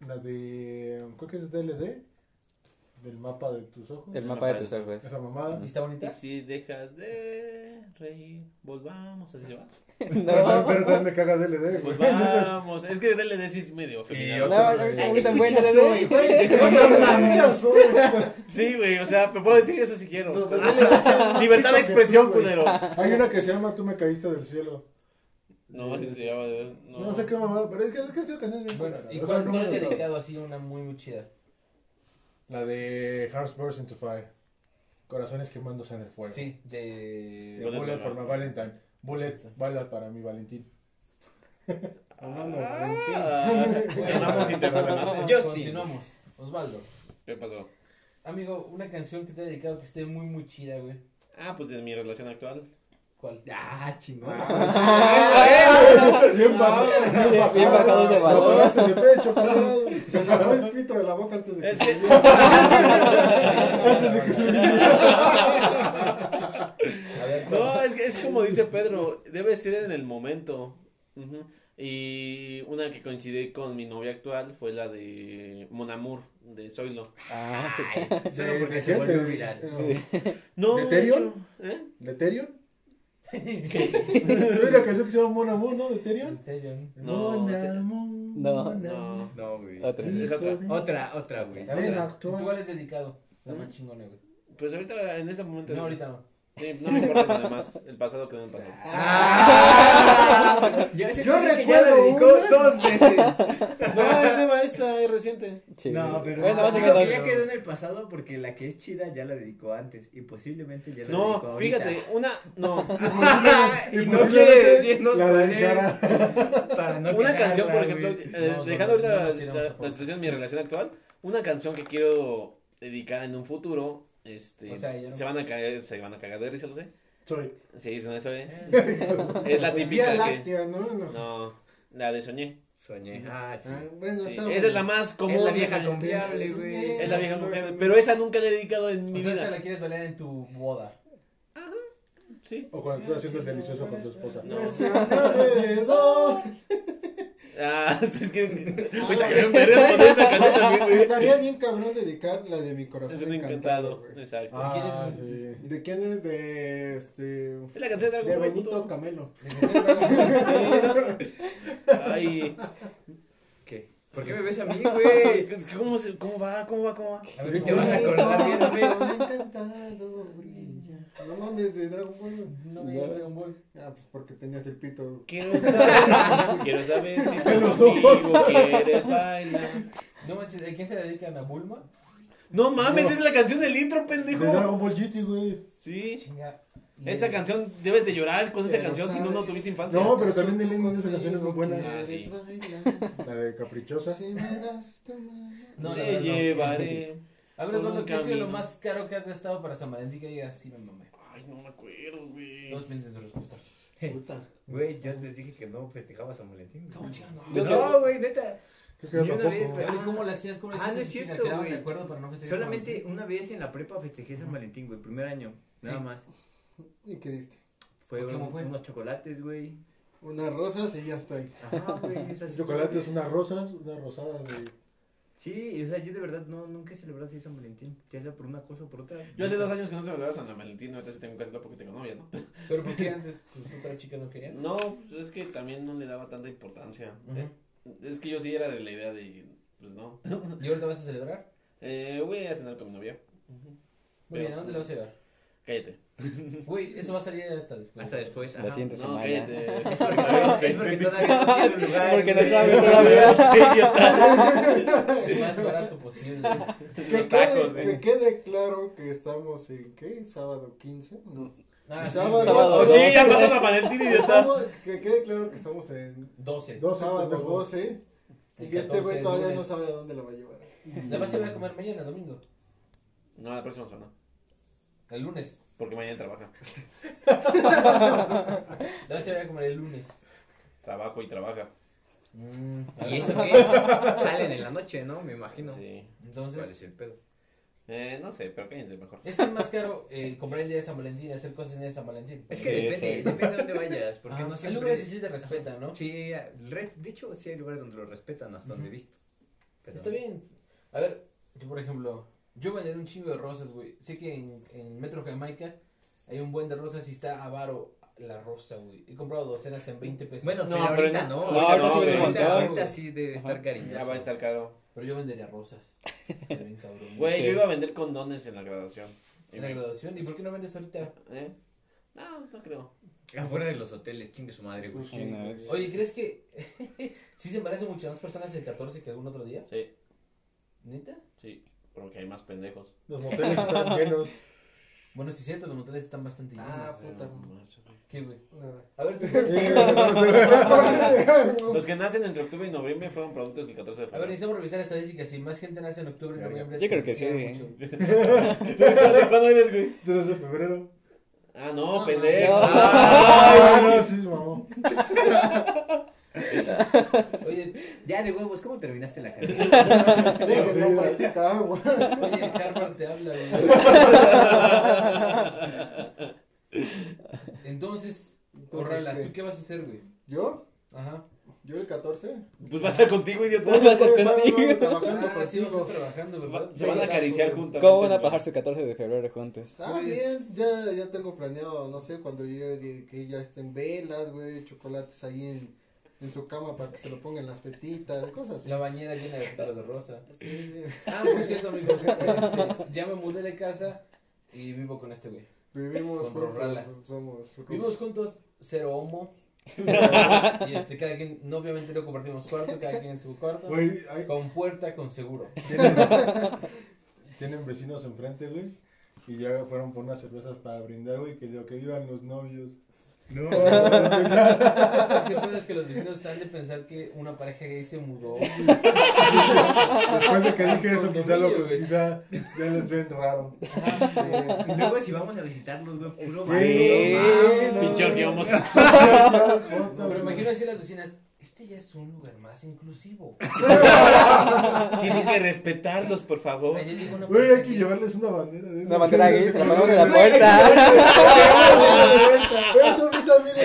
S1: La de. Creo que es de DLD. Del mapa de tus ojos.
S3: El mapa de tus ojos.
S1: Esa mamada.
S2: ¿Y está bonita?
S5: Y si dejas de reír, volvamos. Así se va.
S1: Pero, también- pero también me caga DLD,
S5: Pues
S1: güey. [LAUGHS]
S5: Volvamos. Es que dale sí es medio
S3: No,
S5: femenino.
S3: no, no,
S8: Ay,
S3: no, tan buena,
S8: escuchas
S3: ¿no?
S8: hoy, güey.
S5: Sí, güey, o sea, me puedo decir eso si quiero.
S6: Los de
S5: [LAUGHS]
S6: DLD.
S5: Libertad de expresión, culero.
S1: Hay una que se llama Tú me caíste del cielo.
S5: No, así se llama. No,
S1: No, sé qué mamada, pero es que, es que ha sido canciones bien
S2: Bueno,
S1: culeras.
S2: ¿y
S1: O
S2: cuál
S1: sea, no
S2: no
S1: me
S2: has
S1: gustó.
S2: dedicado así una muy, muy chida?
S1: La de Hearts Burst into Fire. Corazones quemándose en el fuego.
S2: Sí,
S1: De
S2: de...
S1: Bullet,
S5: Bullet
S1: for my Valentine. Bullet, balas para mi Valentín.
S6: Hablando de Valentín.
S5: Ah, Ganamos
S2: [LAUGHS]
S5: internacional.
S2: Continuamos,
S7: Justin.
S2: Continuamos. Osvaldo.
S5: ¿Qué pasó?
S2: Amigo, una canción que te he dedicado que esté muy, muy chida, güey.
S5: Ah, pues de mi relación actual.
S2: ¿Cuál?
S6: Ah, chingada.
S5: Ah,
S1: Bien bajado, bien bajado.
S3: bien bajado ese
S1: Lo
S3: valor.
S1: agarraste de pecho, cabrón.
S6: Se sacó el pito de la boca antes de que.
S5: Es que- [LAUGHS]
S1: Antes de que se viniera.
S2: A ver, [LAUGHS] ¿cuál?
S5: No, es, que- es como dice Pedro, debe ser en el momento. Ujú. Y una que coincidí con mi novia actual fue la de Mon Amour, de Zoilo.
S3: Ah, sí.
S7: Solo porque
S1: ¿De eh,
S7: se
S1: qué?
S7: volvió
S1: ¿De-
S7: viral.
S1: de-
S5: No,
S1: ¿De
S5: de hecho,
S1: Terion?
S5: ¿eh?
S1: ¿De Terion? ¿No hay una canción que se llama Mon Amour, no? ¿De Terion?
S2: En serio.
S5: No,
S1: Mon
S5: se-
S1: Amour,
S3: No.
S1: Mon Amour.
S5: No.
S7: No, güey.
S3: Otra.
S5: Es otra.
S7: Otra, otra, güey.
S2: La
S1: Ven,
S2: otra,
S1: actúa.
S2: ¿Tú cuál es dedicado? La
S5: ¿Mm?
S2: más chingona, güey.
S5: Pues ahorita, en ese momento.
S2: No, ahorita [LAUGHS] no.
S5: Sí, no me importa nada más. El pasado quedó en el pasado.
S7: Yo, ese
S6: Yo
S7: pensé que ya la
S6: recuerdo
S7: dedicó
S6: una.
S7: dos veces.
S5: [LAUGHS] No, es nueva esta, es reciente.
S3: Sí.
S7: No, pero
S3: Bueno, más o
S7: digo que
S3: menos.
S7: ya quedó en el pasado porque la que es chida ya la dedicó antes y posiblemente ya la dedicó
S5: No,
S7: ahorita. [LAUGHS]
S5: fíjate, [LAUGHS] una. No.
S7: y no quiere decirnos
S1: La
S7: cuál
S1: dedicara.
S7: es para no
S5: Una
S7: quedarla,
S5: canción, por
S7: güey.
S5: ejemplo, eh,
S2: No, no,
S5: dejando
S2: no, no
S5: ahorita la-
S2: nos iremos
S5: la,
S2: a pausa.
S5: la situación de mi relación actual, una canción que quiero dedicar en un futuro, este,
S2: O sea, ya no-
S5: se van a caer, se van a cagar de risa, lo sé.
S1: Soy.
S5: Sí, eso no eso es.
S2: Eh,
S5: Es la
S6: Vía
S5: típica que
S6: láctea, ¿no? No.
S5: no, la de soñé.
S7: Soñé. Ah, sí.
S6: Ah, bueno,
S5: Sí,
S6: está
S5: esa es la más común.
S7: es la
S5: de
S7: vieja
S5: Soñé.
S7: confiable,
S1: Pues,
S7: güey.
S5: Es la vieja confiable, pero esa nunca la he dedicado en
S2: O
S5: mi
S2: sea,
S5: vida.
S2: esa la quieres bailar en tu boda.
S5: Sí.
S1: O cuando estás haciendo el delicioso con tu esposa.
S5: No.
S6: Ese alrededor.
S5: Ah, [LAUGHS] es
S2: [LAUGHS]
S5: que Uy, estaría bien verga poner esa canción también,
S2: Ah.
S5: güey.
S6: Estaría bien cabrón dedicar la de mi corazón.
S5: Es un
S6: encantado,
S5: encantado,
S6: güey.
S5: exacto.
S1: Ah,
S2: ¿Quién
S1: sí.
S6: ¿De quién es? De este.
S5: Es la canción de
S6: De
S5: Dragon Ball,
S6: Benito
S5: puto.
S6: Camelo.
S5: Ay,
S7: ¿Qué? ¿Por qué me ves a mí, güey?
S5: ¿cómo, se- ¿cómo va? ¿Cómo va? ¿Cómo va?
S2: A ver,
S7: Te
S2: ¿cómo
S7: vas a
S2: es?
S7: acordar bien, güey.
S6: Un encantado, brilla. No mames, de Dragon Ball. güey.
S2: No me Dragon Ball.
S6: Ah, pues porque tenías el pito.
S5: Quiero saber, quiero saber si
S1: los
S5: tú conmigo quieres bailar.
S2: No manches, ¿a quién se la dedican? ¿A Bulma?
S5: No mames, es la canción del intro, pendejo.
S1: De Dragon Ball GT, güey.
S5: Sí.
S2: Chinga.
S5: Esa canción, debes de llorar con esa
S6: Pero
S5: canción, si no,
S6: sabe-
S5: no tuviste infancia.
S1: No, pero también de Lennon de esa canción es muy buena.
S5: Ah, sí.
S1: La de Caprichosa.
S6: Si me das tu mano.
S2: No, la
S5: Te
S2: verdad no.
S5: llevaré.
S2: A ver, Osvaldo,
S5: Un
S2: ¿qué ha sido lo
S5: camino.
S2: más caro que has gastado para San Valentín que digas, sí me mamé?
S5: Ay, no me acuerdo, güey.
S2: Todos piensen su respuesta.
S6: Puta.
S7: Güey, yo les dije que no festejaba San Valentín. güey.
S2: ¿Cómo chinga, no?
S7: No, güey, neta.
S1: Creo que
S7: Ni una
S1: tampoco.
S7: vez,
S2: A
S7: güey.
S2: ver, ¿cómo la hacías? ¿Cómo la
S7: Ah,
S2: hacías?
S7: no es
S2: Chinga,
S7: cierto,
S2: ¿Quedaban de
S7: güey.
S2: acuerdo para no festejar San Valentín?
S7: Solamente una vez en la prepa festejé San Valentín, güey, primer año. Nada
S2: Sí.
S7: más.
S6: ¿Y qué diste?
S7: Fue,
S2: ¿Cómo fue?
S7: unos chocolates, güey.
S6: Unas rosas y ya estoy.
S7: [LAUGHS] Ajá, güey. esas-
S1: Chocolates, unas rosas, unas rosadas de
S8: Sí, o sea, yo de verdad no, nunca he celebrado así San Valentín, ya sea por una cosa o por otra.
S5: Yo hace dos años que no celebraba San Valentín, ahorita sí tengo que hacerlo porque tengo novia, ¿no?
S2: Pero ¿por qué antes pues, otra chica no quería?
S5: No, pues es que también no le daba tanta importancia.
S2: Ujú.
S5: Eh, Es que yo sí era de la idea de, pues no.
S2: ¿Y ahorita vas a celebrar?
S5: Eh, voy a cenar con mi novia. Ujú.
S2: Muy bien, ¿a dónde lo vas a
S7: [LAUGHS]
S2: llevar?
S5: Cállate.
S2: Güey, eso va a salir hasta después.
S7: Hasta después.
S3: La
S7: ajá.
S2: [LAUGHS]
S3: siguiente
S5: No,
S3: semana.
S5: [LAUGHS] cállate.
S7: No, sí, porque todavía no tiene lugar.
S3: Porque no
S7: güey.
S3: sabe todavía.
S2: Lo más barato posible.
S6: Que,
S5: Los tacos,
S6: quede,
S5: güey.
S6: que quede claro que estamos en, ¿qué? ¿Sábado 15? No.
S2: Ah, sí,
S6: Sábado. Pues
S2: sábado
S5: Oh, sí,
S3: Sábado.
S5: ya pasó San Valentín y ya está. [LAUGHS]
S6: Estamos- que quede claro que estamos en
S2: 12.
S6: dos sábados 12 y
S2: El
S6: que este
S2: 14
S6: güey todavía
S2: lunes.
S6: no sabe a dónde lo va a llevar.
S2: La vas a ir a comer mañana, domingo.
S5: No, la próxima semana.
S2: El lunes.
S5: Porque mañana trabaja.
S2: La vas a ir a comer el lunes. Mm,
S5: Trabajo y trabaja.
S7: ¿Y eso qué? Salen en la noche, ¿no? Me imagino.
S5: Sí.
S7: ¿Cuál
S2: Entonces,
S7: es el pedo?
S5: Eh, no sé, pero cállense mejor.
S2: es que es más caro eh, comprar el día de San Valentín, hacer cosas en el día de San Valentín.
S7: Es que
S5: Sí,
S7: depende,
S5: sí.
S7: depende de dónde vayas, porque
S2: Ajá.
S7: no
S2: Ah, Hay
S7: siempre...
S2: lugares que sí te respetan, ¿no?
S7: Sí, el re- de hecho, sí hay lugares donde lo respetan, hasta donde he visto. Pero-
S2: Está bien. A ver, yo por ejemplo, yo vendía un chingo de rosas, güey. Sé que en, en Metro Jamaica hay un buen de rosas y está avaro la rosa, güey. He comprado docenas en 20 pesos.
S7: Bueno,
S5: No,
S7: pero
S5: pero
S7: ahorita
S5: no-
S7: no.
S5: no,
S7: o sea,
S3: ahorita sí
S7: no,
S3: venden un
S7: ahorita,
S3: montón.
S7: ahorita sí debe estar
S5: Ya
S7: cariñoso.
S5: va a estar caro.
S2: pero yo vendería rosas. Está bien cabrón.
S5: [LAUGHS] Güey,
S3: Sí.
S5: yo iba a vender condones en la graduación. Y
S2: En la
S5: me-
S2: graduación, ¿y por qué no vendes ahorita?
S5: ¿Eh? No, no creo.
S7: Afuera de los hoteles, chingue su madre, güey.
S3: Una vez.
S2: Oye, ¿crees que [LAUGHS] sí se embarazan muchas más personas el 14 que algún otro día?
S5: Sí,
S2: ¿Neta?
S5: sí. Porque hay más pendejos.
S1: Los moteles [LAUGHS] están llenos.
S2: Bueno, sí es cierto, los moteles están bastante llenos.
S6: Ah,
S5: Pero
S6: puta.
S5: más, güey.
S2: ¿Qué, güey?
S6: Nada.
S2: A ver, tú
S5: Los que nacen entre octubre y noviembre fueron productos del 14 de
S2: A ver,
S5: febrero.
S2: necesitamos revisar estadísticas. Si más gente nace en octubre,
S1: Verga.
S2: noviembre.
S3: Yo creo que
S2: significa
S5: ¿eh?
S3: sí,
S2: mucho.
S5: [LAUGHS] ¿Desde cuándo eres, güey?
S1: 3 de febrero.
S5: Ah, no,
S6: No,
S5: pendejo.
S3: no.
S5: Ah.
S1: Ay, no, sí, mamón.
S2: Oye,
S7: Ya de huevos, ¿cómo terminaste la carrera?
S6: Dejen, no mastica agua.
S2: oye, Harvard te habla, güey. Entonces, Corrala,
S6: ¿qué?
S2: ¿tú qué vas a hacer, güey?
S6: ¿Yo?
S2: Ajá.
S6: ¿Yo el 14?
S5: Pues va a estar contigo, idiota.
S6: Pues
S3: Vas a estar
S6: Ustedes van
S3: contigo.
S6: trabajando
S2: Ah, sí, vas a
S6: contigo.
S2: estar trabajando, ¿verdad?
S5: Va- Se van a acariciar juntas.
S3: ¿Cómo van a pasar su 14 de febrero juntos?
S6: Ah,
S2: Pues-
S6: bien, ya, ya tengo planeado, no sé, cuando llegue, que ya estén velas, güey, chocolates ahí en, en su cama para que se lo pongan las tetitas, cosas así.
S2: La bañera llena de pétalos de rosa.
S6: Sí,
S2: Ah, por cierto, amigos, este, ya me mudé de casa y vivo con este güey.
S6: vivimos
S2: Con Rorrala.
S6: juntos, somos
S2: Vivimos juntos, cero homo. y este, cada quien, no, obviamente no compartimos cuarto, cada quien en su cuarto.
S1: Güey, ay,
S2: Con puerta, con seguro.
S1: tienen, tienen vecinos enfrente, güey. Y ya fueron por unas
S6: [LAUGHS]
S1: cervezas para brindar, güey. Que digo, que vivan los novios. No,
S2: Es que el pedo es que los vecinos han de pensar que una pareja gay se mudó.
S1: Después de que dije eso,
S2: Con
S1: quizá, lo,
S2: novio, güey.
S1: quizá ya les ven raro.
S7: Y luego si vamos a visitarlos, güey, puro
S3: Sí.
S7: marido,
S3: Sí.
S7: mames.
S5: Pinche orgía homosexual.
S2: Pero imagino así las vecinas, este ya es un lugar más inclusivo.
S5: [LAUGHS] Tienen que respetarlos, por favor.
S2: Ayer llegó una
S1: Güey,
S2: pareja
S1: hay que
S2: gay.
S1: llevarles una bandera. de
S3: Una
S1: esas,
S3: bandera
S1: sí,
S3: gay,
S1: de
S3: la ponemos en la
S1: colores,
S3: puerta.
S1: Ah,
S6: Eso, mis amigos.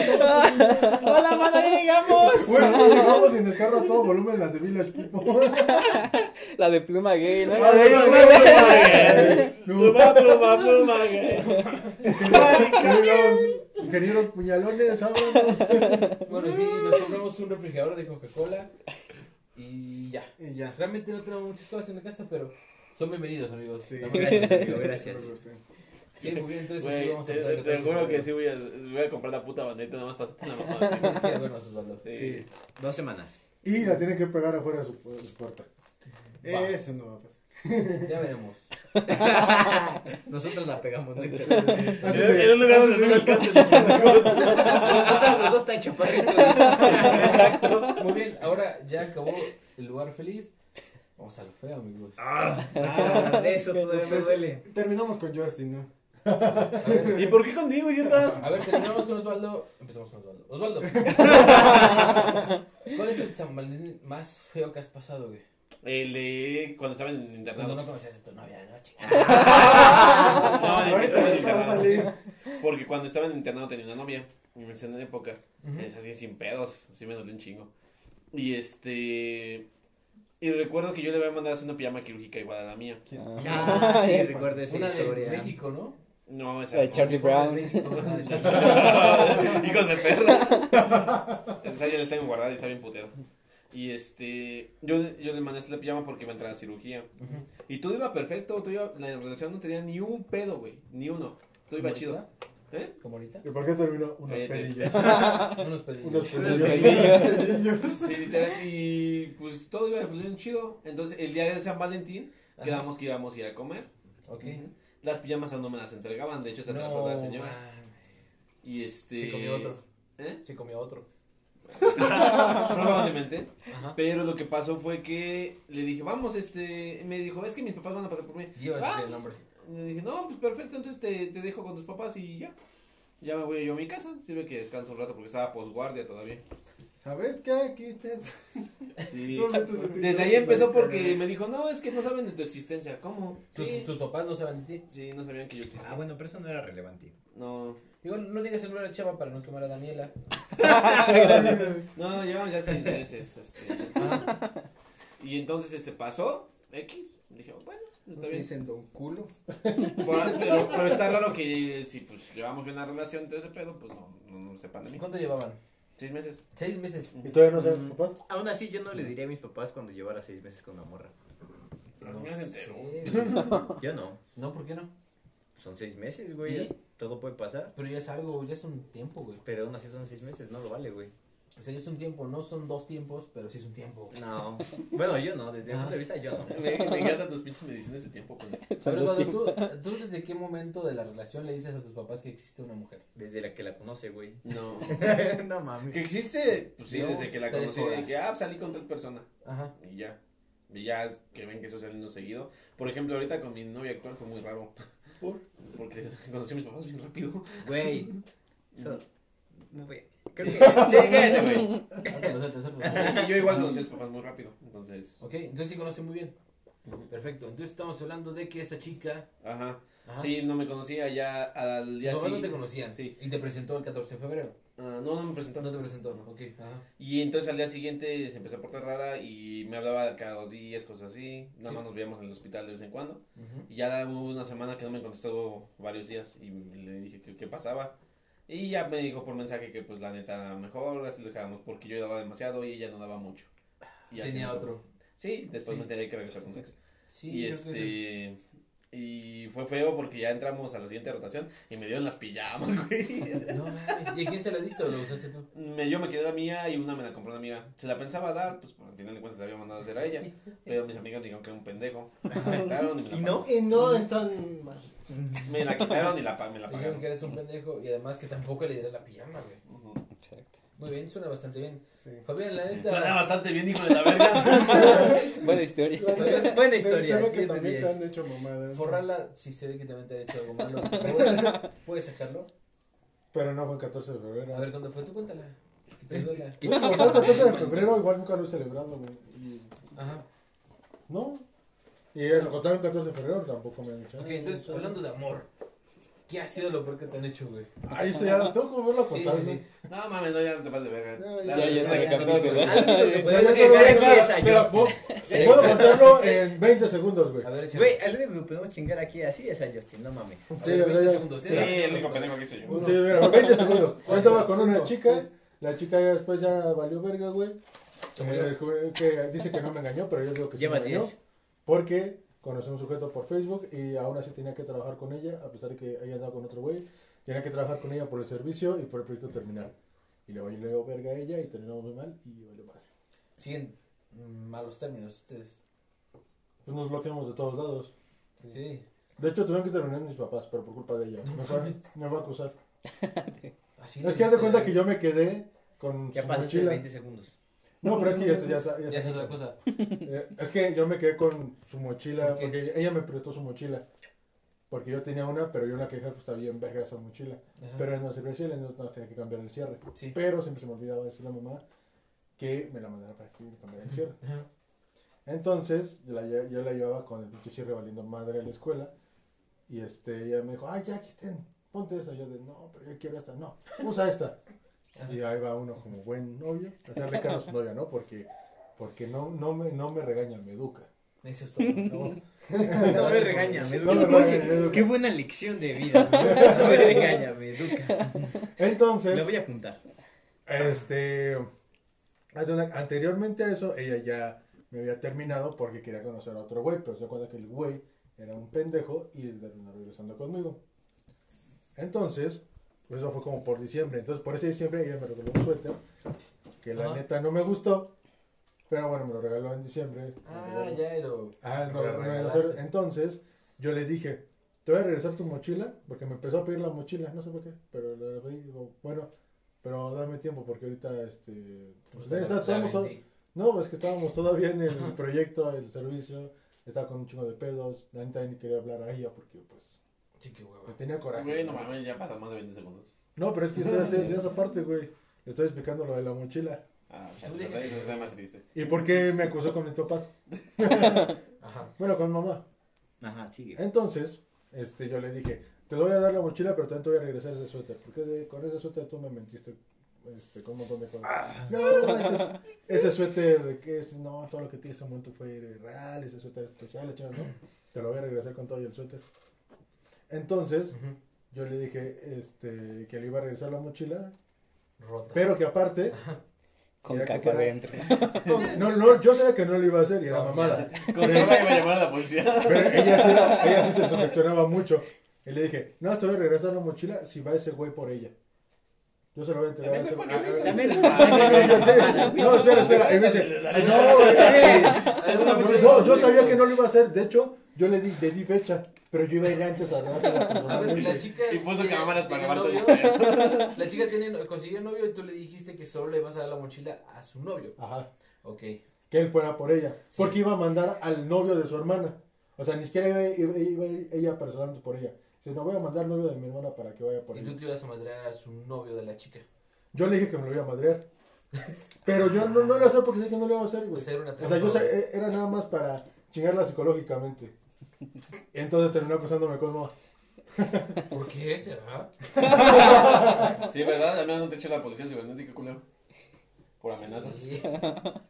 S3: ¡Hola, mano, ya llegamos!
S1: Güey, Güey, llegamos en el carro a todo volumen las de Village People.
S3: La de pluma gay, ¿no?
S5: Pluma, [LAUGHS] pluma, pluma, pluma, güey.
S1: Digamos, Ingenieros puñalones, háblanos.
S2: Bueno, sí, nos compramos un refrigerador de Coca-Cola y ya.
S6: Y ya.
S2: Realmente no tenemos muchas cosas en la casa, pero son bienvenidos, amigos.
S6: Sí.
S7: Gracias, amigo, gracias.
S2: Sí, muy bien, entonces sí,
S5: Güey,
S2: vamos a empezar
S5: te,
S2: el 14
S5: te
S2: de
S5: juro que
S2: febrero.
S5: sí voy a, voy a comprar la puta bandera nada más para hacerte una [LAUGHS]
S2: Tienes
S5: mamada.
S2: que ir a vernos, Osvaldo.
S5: Sí.
S7: Dos semanas.
S1: Y la tienen que pegar afuera de su, de su puerta.
S6: Eso no va a pasar.
S2: Ya
S5: [LAUGHS]
S2: veremos.
S7: Nosotros la pegamos, [LAUGHS] ¿no?
S1: Antes
S5: En en
S1: de,
S5: un lugar donde no le alcances.
S7: Los dos están chaparritos.
S2: Muy bien, ahora ya acabó el lugar feliz. Vamos a lo feo, amigos.
S7: Ah, eso todavía me duele.
S6: Terminamos con Justin, ¿no?
S2: A ver,
S5: ¿Y por qué contigo, idiotas?
S2: A ver, terminamos con Osvaldo. Empezamos con Osvaldo. Osvaldo. ¿Cuál es el San Valentín más feo que has pasado, güey?
S5: El de cuando estaban en
S2: Cuando
S5: internado.
S2: no conocías a tu novia, ¿no, chica?
S5: [LAUGHS] No, en el que
S6: Ahorita
S5: estaban en
S6: ahorita va a salir.
S5: internado. Porque cuando estaba en internado tenía una novia. Y me en época. Es así sin pedos. Así me dolió un chingo. Y este. Y recuerdo que yo le había mandado hacer una pijama quirúrgica igual a la mía.
S7: Ah, sí, recuerdo esa
S2: Una de
S7: historia.
S2: México, ¿no?
S5: No, esa.
S3: La de
S5: no.
S3: Eh, Charlie Brown.
S5: [LAUGHS] Hijos de perra. Esa ya la tengo guardada y está bien puteada. Y este, yo, yo le mandé hacer la pijama porque iba a entrar a cirugía. Y todo iba perfecto, todo iba, la relación no tenía ni un pedo, güey, ni uno. Todo iba chido. ¿Eh?
S2: Como ahorita.
S1: ¿Y por qué terminó? Unos
S5: Cállate.
S1: pedillos.
S2: Unos
S1: Unos
S2: pedillos.
S1: pedillos.
S5: Sí, literal, y pues todo iba fluyendo chido. Entonces, el día de San Valentín,
S2: Ajá.
S5: quedamos que íbamos a ir a comer.
S2: Ok.
S5: Ujú. Las pijamas aún no me las entregaban, de hecho se atrasó
S2: No,
S5: la señora.
S2: man.
S5: Y este.
S2: Sí, comió otro.
S5: ¿Eh?
S2: Sí, comió otro.
S5: Probablemente.
S2: Ajá.
S5: Pero lo que pasó fue que le dije, vamos, este. Me dijo, es que mis papás van a pasar por mí.
S2: Yo
S5: Ah,
S2: ese es el
S5: pues,
S2: nombre.
S5: Le dije, no, pues perfecto, entonces te, te dejo con tus papás y ya. Ya me voy yo a mi casa. Sirve que descanso un rato porque estaba posguardia todavía.
S6: ¿Sabes qué? Aquí te...
S1: [LAUGHS]
S5: Sí.
S6: No, vete a sentir
S5: Desde ahí
S6: mal,
S5: empezó
S6: cabrón.
S5: porque me dijo, no, es que no saben de tu existencia. ¿Cómo?
S2: Sus,
S5: Sí,
S2: sus papás no saben de ti.
S5: sí no sabían que yo existía.
S7: Ah, bueno, pero eso no era relevante.
S5: No,
S2: Digo, no digas el nombre de la chava para no quemar a Daniela.
S5: No, no, llevamos ya
S6: [LAUGHS]
S5: seis meses. Este, y entonces este pasó X. Dije, bueno,
S6: No
S5: está
S6: te
S5: bien.
S6: dicen don culo. [LAUGHS]
S5: Bueno, Pero, pero está raro que si pues llevamos bien la relación y todo ese pedo, pues no, no, no sepan de mí.
S2: ¿Cuánto llevaban?
S5: Seis meses.
S2: Seis meses.
S1: ¿Y todavía no sabes, papá?
S7: Aún así, yo no le diría a mis papás cuando llevara seis meses con una morra.
S5: No me
S2: sé,
S5: entero.
S2: güey.
S7: Yo no.
S2: No, ¿por qué no?
S7: Son seis meses, güey.
S2: ¿Sí?
S7: Todo puede pasar.
S2: Pero ya es algo, ya es un tiempo, güey.
S7: Pero aún así son seis meses, no lo vale, güey.
S2: O sea, ya es un tiempo, no son dos tiempos, pero sí es un
S5: [LAUGHS]
S2: tiempo.
S7: No. [LAUGHS] Bueno, yo no. Desde mi
S2: Ah.
S7: punto de vista, yo no.
S5: Me, me encantan tus pinches medicinas de tiempo.
S6: [LAUGHS]
S5: güey.
S2: A ver, Eduardo, ¿tú, ¿tú desde qué momento de la relación le dices a tus papás que existe una mujer?
S7: Desde la que la conoce, güey.
S5: No.
S7: [LAUGHS] no mames.
S5: Que existe, pues sí,
S2: Llevamos
S5: desde que la
S2: tres
S5: conocí. De
S2: horas.
S5: que, ah, salí con tal persona.
S2: Ajá.
S5: Y ya. Y ya que ven que eso saliendo seguido. Por ejemplo, ahorita con mi novia actual fue muy raro.
S1: ¿Por?
S5: Porque conocí a mis papás bien rápido.
S7: Güey. [LAUGHS] So, güey. Creo
S5: Sí,
S7: [LAUGHS]
S5: [LAUGHS]
S7: que-
S5: cállate, güey.
S2: [LAUGHS] Ahorita lo sueltas, ahorita lo
S5: [LAUGHS] Y yo igual conocí a sus papás muy rápido, entonces.
S2: Ok, entonces sí conoce muy bien.
S5: Ujú.
S2: Perfecto. Entonces estamos hablando de que esta chica.
S5: Ajá.
S2: Ajá,
S5: Sí, no me conocía ya al
S2: Ah. Tus
S5: día
S2: papás
S5: sí.
S2: no te conocían.
S5: Sí.
S2: Y te presentó el 14 de febrero.
S5: Ah, no, no me presentó.
S2: No te presentó. Ok, ajá.
S5: Y entonces al día siguiente se empezó a portar rara y me hablaba cada dos días, cosas así. Nada
S2: Sí.
S5: más nos veíamos en el hospital de vez en cuando.
S2: Ujú.
S5: Y ya hubo una semana que no me contestó varios días y le dije que qué pasaba. Y ya me dijo por mensaje que pues la neta mejor, así lo dejábamos porque yo daba demasiado y ella no daba mucho. Y así
S2: Tenía
S5: me-
S2: otro.
S5: Sí, después
S2: Sí.
S5: me enteré que regresó con su ex.
S2: Sí,
S5: y
S2: creo que ese
S5: este. Y fue feo porque ya entramos a la siguiente rotación y me dieron las pijamas, [LAUGHS] güey.
S2: es- No mames. ¿Y a quién se la diste o lo usaste tú?
S5: Me- yo me quedé la mía y una me la compró una amiga. Se la pensaba dar, pues al final de cuentas la había mandado a hacer a ella. Pero mis amigas dijeron que era un pendejo. Me la quitaron y me la,
S7: ¿Y no?
S6: Y no están mal.
S5: pag- me la quitaron y la, pa- me la
S2: Dijeron
S5: pagaron.
S2: que eres un pendejo y además que tampoco le diré la pijama, güey.
S5: Ujú.
S3: Exacto.
S2: Muy bien, suena bastante bien.
S6: Sí.
S2: Fabián, la
S5: Suena
S2: neta.
S5: bastante bien, hijo de la verga.
S3: Buena historia.
S7: Buena
S6: Se-
S7: historia,
S6: Se ve que
S7: diez de
S6: también te
S7: diez.
S6: han hecho mamadas.
S2: Forrala si se ve que también te ha hecho algo malo. por favor. ¿Puedes sacarlo?
S1: Pero no fue el 14 de febrero.
S2: A ver, ¿cuándo fue? Tú cuéntala. Que te duela.
S1: Uy, como fue el 14 de febrero, igual nunca lo he celebrado, güey. Y-
S2: Ajá.
S1: No. Y el contar el 14 de febrero tampoco me han dicho.
S2: Ok, entonces, hablando de amor, ¿qué ha sido lo peor que te han hecho, güey?
S1: Ahí se ya tengo que volverlo a
S2: Sí,
S1: contar.
S2: sí,
S1: ¿no?
S2: sí.
S5: No mames, no, ya no te pases de verga.
S6: No,
S5: La
S6: ya,
S5: verdad
S6: ya
S5: es
S6: te
S5: que-
S3: recaptaste, ¿verdad?
S6: Pero ya
S7: Bueno,
S6: te
S7: esa-
S6: voy a
S7: esa-
S6: dejar,
S7: esa-
S1: Pero puedo, puedo contarlo en 20 segundos, güey.
S2: A ver, échale.
S7: Güey, al único que podemos chingar aquí así es a Justin, no mames.
S2: A
S1: Sí,
S2: ver,
S1: o sea,
S2: 20
S1: ya-
S2: segundos.
S5: Sí, el único pendejo que soy yo.
S1: Sí, mira, 20 segundos. Ahorita va con una
S6: Cinco,
S1: chica.
S6: seis.
S1: La chica ya después ya valió verga, güey.
S2: Se
S1: Eh,
S2: murió.
S1: descubrió que dice que no me engañó, pero yo digo que sí me
S7: Llevas
S1: engañó.
S7: 10.
S1: Porque conocí a un sujeto por Facebook y aún así tenía que trabajar con ella, a pesar de que ella andaba con otro güey. Tenía que trabajar con ella por el servicio y por el proyecto terminal. Y luego yo le digo verga a ella y terminamos muy mal y valió madre.
S2: Siguen mm, malos términos ustedes.
S1: Pues nos bloqueamos de todos lados.
S2: Sí.
S1: De hecho, tuvieron que terminar mis papás, pero por culpa de ella. Me va, me va a acusar.
S2: Así
S1: Es que haz de cuenta
S2: este,
S1: que yo me quedé con
S7: Ya
S1: su
S7: pasaste
S1: mochila.
S7: 20 segundos.
S1: No, pero es que ya, ya, sa- ya
S2: Ya es
S1: sabes.
S2: otra cosa.
S1: Eh, es que yo me quedé con su mochila,
S2: ¿Por qué?
S1: porque ella me prestó su mochila. Porque yo tenía una, pero yo una queja que estaba bien verga esa mochila.
S2: Ajá.
S1: Pero no se cierre, no nos tenía que cambiar el cierre.
S2: Sí.
S1: Pero siempre se me olvidaba decirle a mamá que me la mandara para que me cambiara el cierre.
S2: Ajá.
S1: Entonces, yo la, lle- yo la llevaba con el pinche cierre valiendo madre a la escuela. Y este, ella me dijo, ay, ya quiten, ponte esa. Yo de, no, pero yo quiero esta. No, usa esta. Y ahí va uno como buen novio. O sea, le cae a su novia, ¿no? Porque Porque no, no, me, no me regaña, me educa.
S2: Eso es todo. [LAUGHS]
S1: No,
S7: No me regaña, me
S1: No me regaña, me
S7: educa.
S1: educa.
S7: Qué buena lección de vida. No me regaña, me educa. La
S2: Pues,
S1: Entonces,
S7: voy a apuntar.
S1: este, haz de una- anteriormente a eso, ella ya me había terminado porque quería conocer a otro güey, pero se acuerda que el güey era un pendejo y terminó regresando conmigo. Entonces, pues eso fue como por diciembre. Entonces, por ese diciembre ella me regaló un suéter que la
S2: Ajá.
S1: neta no me gustó, pero bueno, me lo regaló en diciembre. me
S2: Ah,
S1: regaló.
S2: ya lo.
S1: Ah,
S2: Me
S1: no,
S2: la
S1: no, no,
S2: regalaste.
S1: no, entonces yo le dije, te voy a regresar tu mochila, porque me empezó a pedir la mochila, no sé por qué, pero le fui, digo, bueno, pero dame tiempo porque ahorita, este, pues,
S2: la-
S1: está-
S2: la
S1: estábamos to-
S2: vendí.
S1: no, pues que estábamos todavía en el proyecto, el servicio, estaba con un chingo de pedos, la neta ni quería hablar a ella porque, pues,
S2: Sí, qué hueva.
S1: me tenía coraje.
S5: Güey, no mames, ya pasan más de 20 segundos.
S1: No, pero es que estoy haciendo esa parte, güey, le estoy explicando lo de la mochila.
S5: Ah, chale, eso está- eso está más triste.
S1: ¿Y por qué me acusó con mis papás?
S2: [LAUGHS] Ajá.
S1: Bueno, con mamá.
S7: Ajá, sigue.
S1: Entonces, este, yo le dije, te voy a dar la mochila, pero también te voy a regresar ese suéter. Porque de- con ese suéter tú me mentiste este, con un montón de cosas. No, ese, ese suéter, que es, no, todo lo que te hice un momento fue real, ese suéter especial, la chingada, ¿no? Te lo voy a regresar con todo y el suéter. Entonces,
S2: Ujú.
S1: yo le dije este, que le iba a regresar la mochila,
S2: Rota.
S1: pero que aparte,
S3: Con
S1: Mira que
S3: caca
S1: fuera.
S3: adentro.
S1: [LAUGHS] no, no, yo sabía que no lo iba a hacer y era mamada.
S5: Con droga iba a llamar a la policía.
S1: Pero ella sí, era- ella sí se sugestionaba mucho. Y le dije, no, te voy a regresar la mochila si va ese güey por ella. Yo se lo voy a entregar a ese güey. Ah, [LAUGHS] No, espera, espera. Y me dice, no, güey. No, no, yo sabía que no lo iba a hacer. De hecho, yo le di, le di fecha. Pero yo iba a ir antes a dársela
S2: A ver, la
S1: personalmente.
S2: chica.
S5: Y puso
S2: tiene-
S5: cámaras para
S2: tiene
S5: grabar todo.
S2: novio. [LAUGHS] La chica tiene, consiguió novio y tú le dijiste que solo le vas a dar la mochila a su novio.
S1: Ajá.
S2: Ok.
S1: Que él fuera por ella.
S2: Sí.
S1: Porque iba a mandar al novio de su hermana. O sea, ni siquiera iba, iba- iba a ir ella personalmente por ella. Dice, no voy a mandar al novio de mi hermana para que vaya por
S2: Y
S1: ella.
S2: tú te ibas a madrear a su novio de la chica.
S1: Yo le dije que me lo iba a madrear. [LAUGHS] Pero yo no, no lo iba a hacer porque sé que no lo iba a hacer, güey.
S2: Pues era una
S1: O sea, yo
S2: trampa,
S1: sé-
S2: güey.
S1: eh, era nada más para chingarla psicológicamente. Entonces terminó acusándome como.
S2: ¿Por qué será?
S5: Sí, ¿verdad? Al menos no te echa la policía cibernética, culero. Por amenazas.
S2: Sí.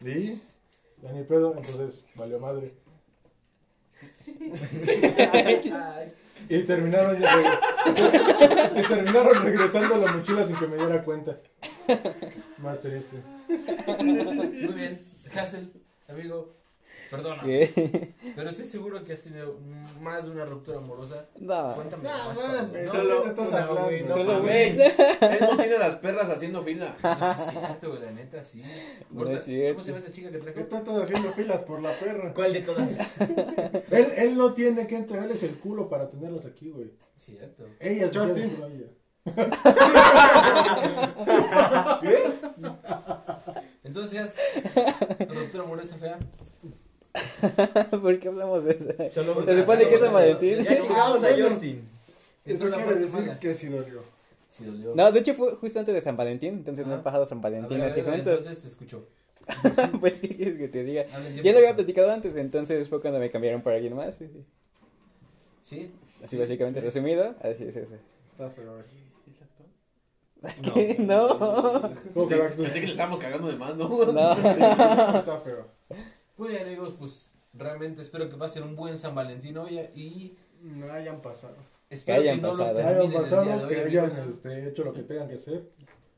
S1: ¿Y? Ya ni pedo, entonces
S2: [LAUGHS]
S1: valió madre.
S2: Ay,
S1: Y terminaron, y terminaron regresando la mochila sin que me diera cuenta. Más triste.
S2: Muy bien. Hassel, amigo, perdona.
S3: ¿Qué?
S2: Pero estoy seguro que has tenido mm, más de una ruptura amorosa.
S3: No.
S2: Cuéntame
S6: No,
S2: más.
S6: mames,
S2: No,
S6: solo estás hablando.
S3: Solo,
S5: Güey,
S3: güey.
S5: él no tiene las perras haciendo fila.
S2: no es cierto, güey, la neta, sí.
S3: No
S2: Ahorita,
S3: es cierto.
S2: ¿Cómo se llama esa chica que trajo?
S6: Tú estás haciendo filas por la perra.
S7: ¿Cuál de todas?
S1: Él, él no tiene que entregarles el culo para tenerlos aquí, güey.
S2: Cierto.
S1: Ella
S6: Justin.
S2: Entonces, ruptura amorosa fea.
S3: [LAUGHS] ¿Por qué hablamos de eso?
S7: Solo
S3: Se supone que es San Valentín.
S7: Ya chingamos a
S6: bueno.
S7: Justin.
S2: Entró
S6: Eso
S2: la
S6: quiere
S2: parte
S6: decir
S2: mala.
S6: que sí dolió.
S2: Sí, dolió.
S3: No, de hecho fue justo antes de San Valentín, entonces no
S2: Ah.
S3: he pasado San
S2: A ver,
S3: Valentín
S2: a ver,
S3: hace
S2: a ver,
S3: cuánto.
S2: entonces te escucho.
S3: pues, ¿qué quieres que te diga?
S2: Hablen
S3: Ya
S2: tiempo,
S3: lo había
S2: sí.
S3: platicado antes, entonces fue cuando me cambiaron por alguien más. sí, sí.
S2: Sí.
S3: Así básicamente resumido, así es eso.
S6: Está feo. eso.
S3: ¿Qué? No.
S1: ¿Cómo que va a actuar?
S5: Así que le estamos cagando de más, ¿no?
S3: No.
S6: Está feo.
S2: Muy bien, amigos, pues realmente espero que pasen un buen San Valentín hoy y
S6: No hayan pasado.
S2: espero que,
S3: hayan
S2: no los
S3: pasado.
S2: terminen
S1: Hayan
S2: el día de
S1: pasado,
S2: hoy,
S1: que hayan
S2: amigos.
S1: este, hecho lo que tengan que hacer.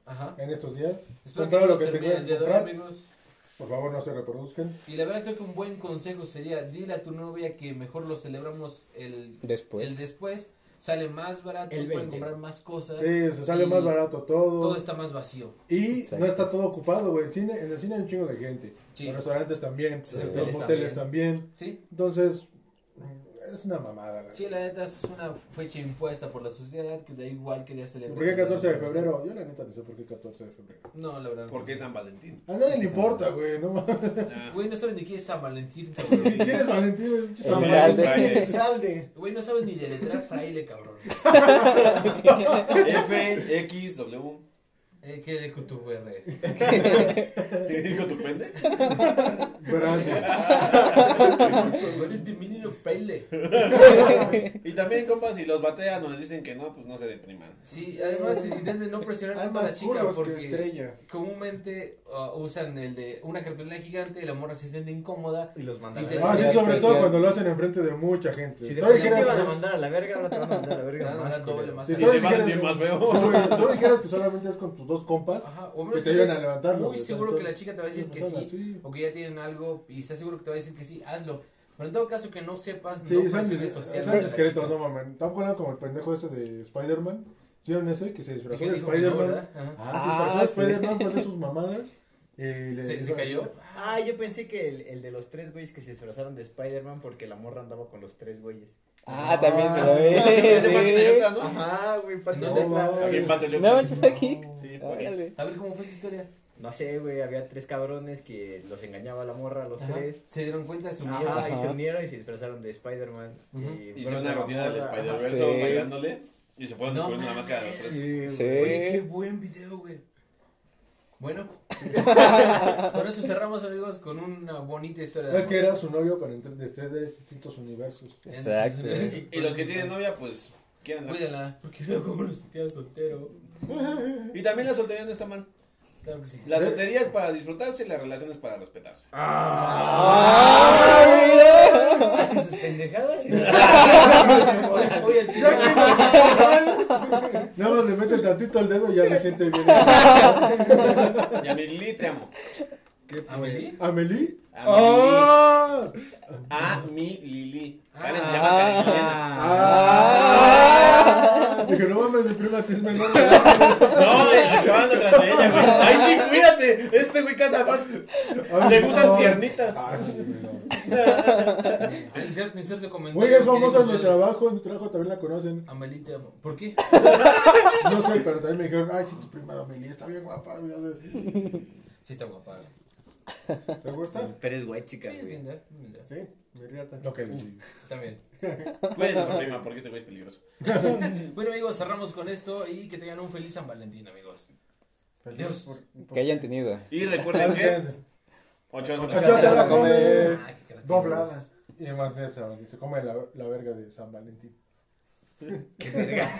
S2: Ajá.
S1: en estos días.
S2: Espero que
S1: Comprar
S2: no
S1: lo
S2: los
S1: que
S2: terminen el
S1: tengan que
S2: día de hoy,
S1: comprar.
S2: amigos.
S1: Por favor, no se reproduzcan.
S2: Y la verdad creo que un buen consejo sería, dile a tu novia que mejor lo celebramos el, el
S3: Después.
S2: después, sale más barato,
S7: El
S2: pueden
S7: 20.
S2: comprar más cosas.
S1: Sí, se sale
S2: y
S1: más barato todo.
S2: Todo está más vacío.
S1: Y
S3: Exacto.
S1: no está todo ocupado, güey. El cine, en el cine hay un chingo de gente.
S2: Sí.
S1: Los restaurantes también,
S2: Sí.
S1: los
S2: Hoteles
S1: moteles también.
S2: ¿Sí?
S1: Entonces, mm, es una mamada. La
S2: Sí, la neta es una fecha impuesta por la sociedad que da igual que ya
S1: neta.
S2: celebrar.
S1: ¿Por qué 14 de febrero? Yo la neta no sé por qué 14 de febrero.
S2: No, la verdad. no.
S5: Porque es San Valentín.
S1: A nadie le importa, güey. No [LAUGHS] mames.
S2: Güey, no saben ni qué es San Valentín. [LAUGHS]
S1: Si
S2: cabrón.
S1: quieres Valentín,
S3: El
S1: San Valentín.
S3: Salde.
S5: Vale.
S6: Salde.
S2: Güey, no saben ni deletrear fraile, cabrón.
S5: F, X, W. [LAUGHS]
S2: Eh, ¿Qué de tu R?
S5: ¿Qué dijo tu pende?
S2: [LAUGHS]
S1: Grande.
S2: Güey, es de mínimo fraile. duele.
S5: Y también, compas, si los batean o les dicen que no, pues no se depriman.
S2: Sí,
S6: [LAUGHS]
S2: además intenten no presionar
S6: Hay
S2: tanto a la
S6: más
S2: chica
S6: culos que
S2: porque
S6: estrellas.
S2: comúnmente ah, usan el de una cartulina gigante y la morra se siente incómoda.
S7: Y los mandan a
S2: Y te-
S7: la
S1: Ah, sí,
S7: verga.
S1: sobre
S3: sí,
S1: todo
S3: sí.
S1: cuando lo hacen enfrente de mucha gente.
S7: Si de
S1: Todo
S7: por sí
S1: dijeras
S7: te iban
S1: que- pues,
S7: a mandar a la verga, ahora te van a mandar a la verga.
S2: dan-
S7: más,
S2: dan doble
S7: culero.
S2: más
S1: si
S2: a-
S1: todo
S5: Y te vas a
S1: dijeras-
S5: sentir más feo. [LAUGHS]
S1: Güey, Tú dijeras que solamente es con tus dos compas.
S2: Ajá, o a
S1: que
S2: menos
S1: te
S2: que
S1: ayudan a
S2: estés
S1: levantarlo.
S2: muy
S1: güey,
S2: seguro
S1: tanto-
S2: que la chica te va a decir que
S1: pues,
S2: sí o que ya tienen algo y estás seguro que te va a decir que sí, hazlo. Pero en todo caso que no sepas,
S1: Sí,
S2: no
S1: son,
S2: presiones
S1: dis-
S2: socialmente.
S1: son
S2: a la
S1: discretos,
S2: chica.
S1: no mames. Estamos hablando como el pendejo ese de Spider-Man. ¿Vieron ese? Que se
S2: ¿Y
S1: disfrazó
S2: qué
S1: de
S2: dijo que no,
S1: Spider-Man.
S2: verdad? Ajá.
S1: Ah,
S3: Ah,
S1: se disfrazó de Spider-Man, pues de sus mamadas. y le-
S2: ¿Se, se cayó? [LAUGHS]
S7: Ah, yo pensé que el, el de los tres güeyes que se disfrazaron de Spider-Man porque la morra andaba con los tres güeyes.
S3: Ah, también se lo
S5: Ese Paquita
S3: ve.
S5: Yucla, ¿no?
S7: Ajá, güey, Pati
S2: No,
S7: de Tla-
S1: mames.
S5: También Paquita
S3: sí.
S5: Yucla.
S3: No, Chucky.
S5: Sí, pues. fue.
S3: Órale.
S2: A ver cómo fue su historia.
S7: No sé, güey, había tres cabrones que los engañaba la morra a los
S2: Ajá.
S7: tres.
S2: Se dieron cuenta de su miedo.
S7: Ajá, y se
S3: Ajá.
S7: unieron y se disfrazaron de Spider-Man.
S2: Ujú.
S5: Y
S7: fueron
S5: Hicieron
S7: a
S5: una
S7: la
S5: rutina del
S7: morra.
S5: Spider-Verse
S3: Sí.
S5: bailándole. Y se fueron
S2: No
S5: descubriendo la
S2: mames.
S5: máscara de los tres.
S2: Oye, qué
S3: Sí.
S2: buen video, güey. Bueno, con eso cerramos, amigos, con una bonita historia. de
S1: Es que
S2: amor.
S1: era su novio para entrar de tres de distintos universos.
S3: Exacto.
S2: Entonces,
S5: Y los que tienen novia, pues, quieran
S2: Cuídala, porque luego uno se queda soltero.
S5: Y también la soltería no está mal.
S2: Claro que sí.
S5: La soltería es para disfrutarse y la relación es para respetarse.
S7: Hacen sus pendejadas y...
S2: Oye, el tío-
S1: Nada más le mete tantito el dedo y ya se siente bien.
S5: Y a Milí te amo.
S2: ¿Amelie?
S1: Amelie.
S5: A mi Lili. A mi Lili. Karen se llama Karen Jimena.
S1: Ah. Dije, no mames, mi prima te es menor.
S5: No, el chaval anda tras ella, güey. Ay, sí, cuídate. Este güey casa más. Le gustan piernitas.
S1: Ah,
S2: [LAUGHS]
S1: sí, güey,
S2: Ah, Insert, insert
S1: no.
S2: comentario.
S1: Güey, es
S2: que
S1: famosa en mi
S2: dijo,
S1: trabajo. En mi trabajo también la conocen.
S2: Amelie, te amo. ¿Por qué?
S1: No sé, pero también me dijeron, ay, sí, tu prima Amelie está bien guapa. güey.
S2: Sí, está guapa.
S1: ¿Te gusta?
S7: Pero es white
S2: Sí,
S7: chica,
S2: es
S7: güey.
S2: linda. muy linda.
S1: Sí, mi riata. Lo que sí.
S2: También.
S5: Cuiden a su prima porque este güey es peligroso.
S2: Bueno, amigos, cerramos con esto y que tengan un feliz San Valentín, amigos. Dios.
S3: Que hayan tenido.
S5: Y recuerden que. Ocho horas.
S1: Yo se la come
S2: Ah, qué creativo.
S1: doblada. Y más de esa, que se come la, la verga de San Valentín.
S7: Qué verga.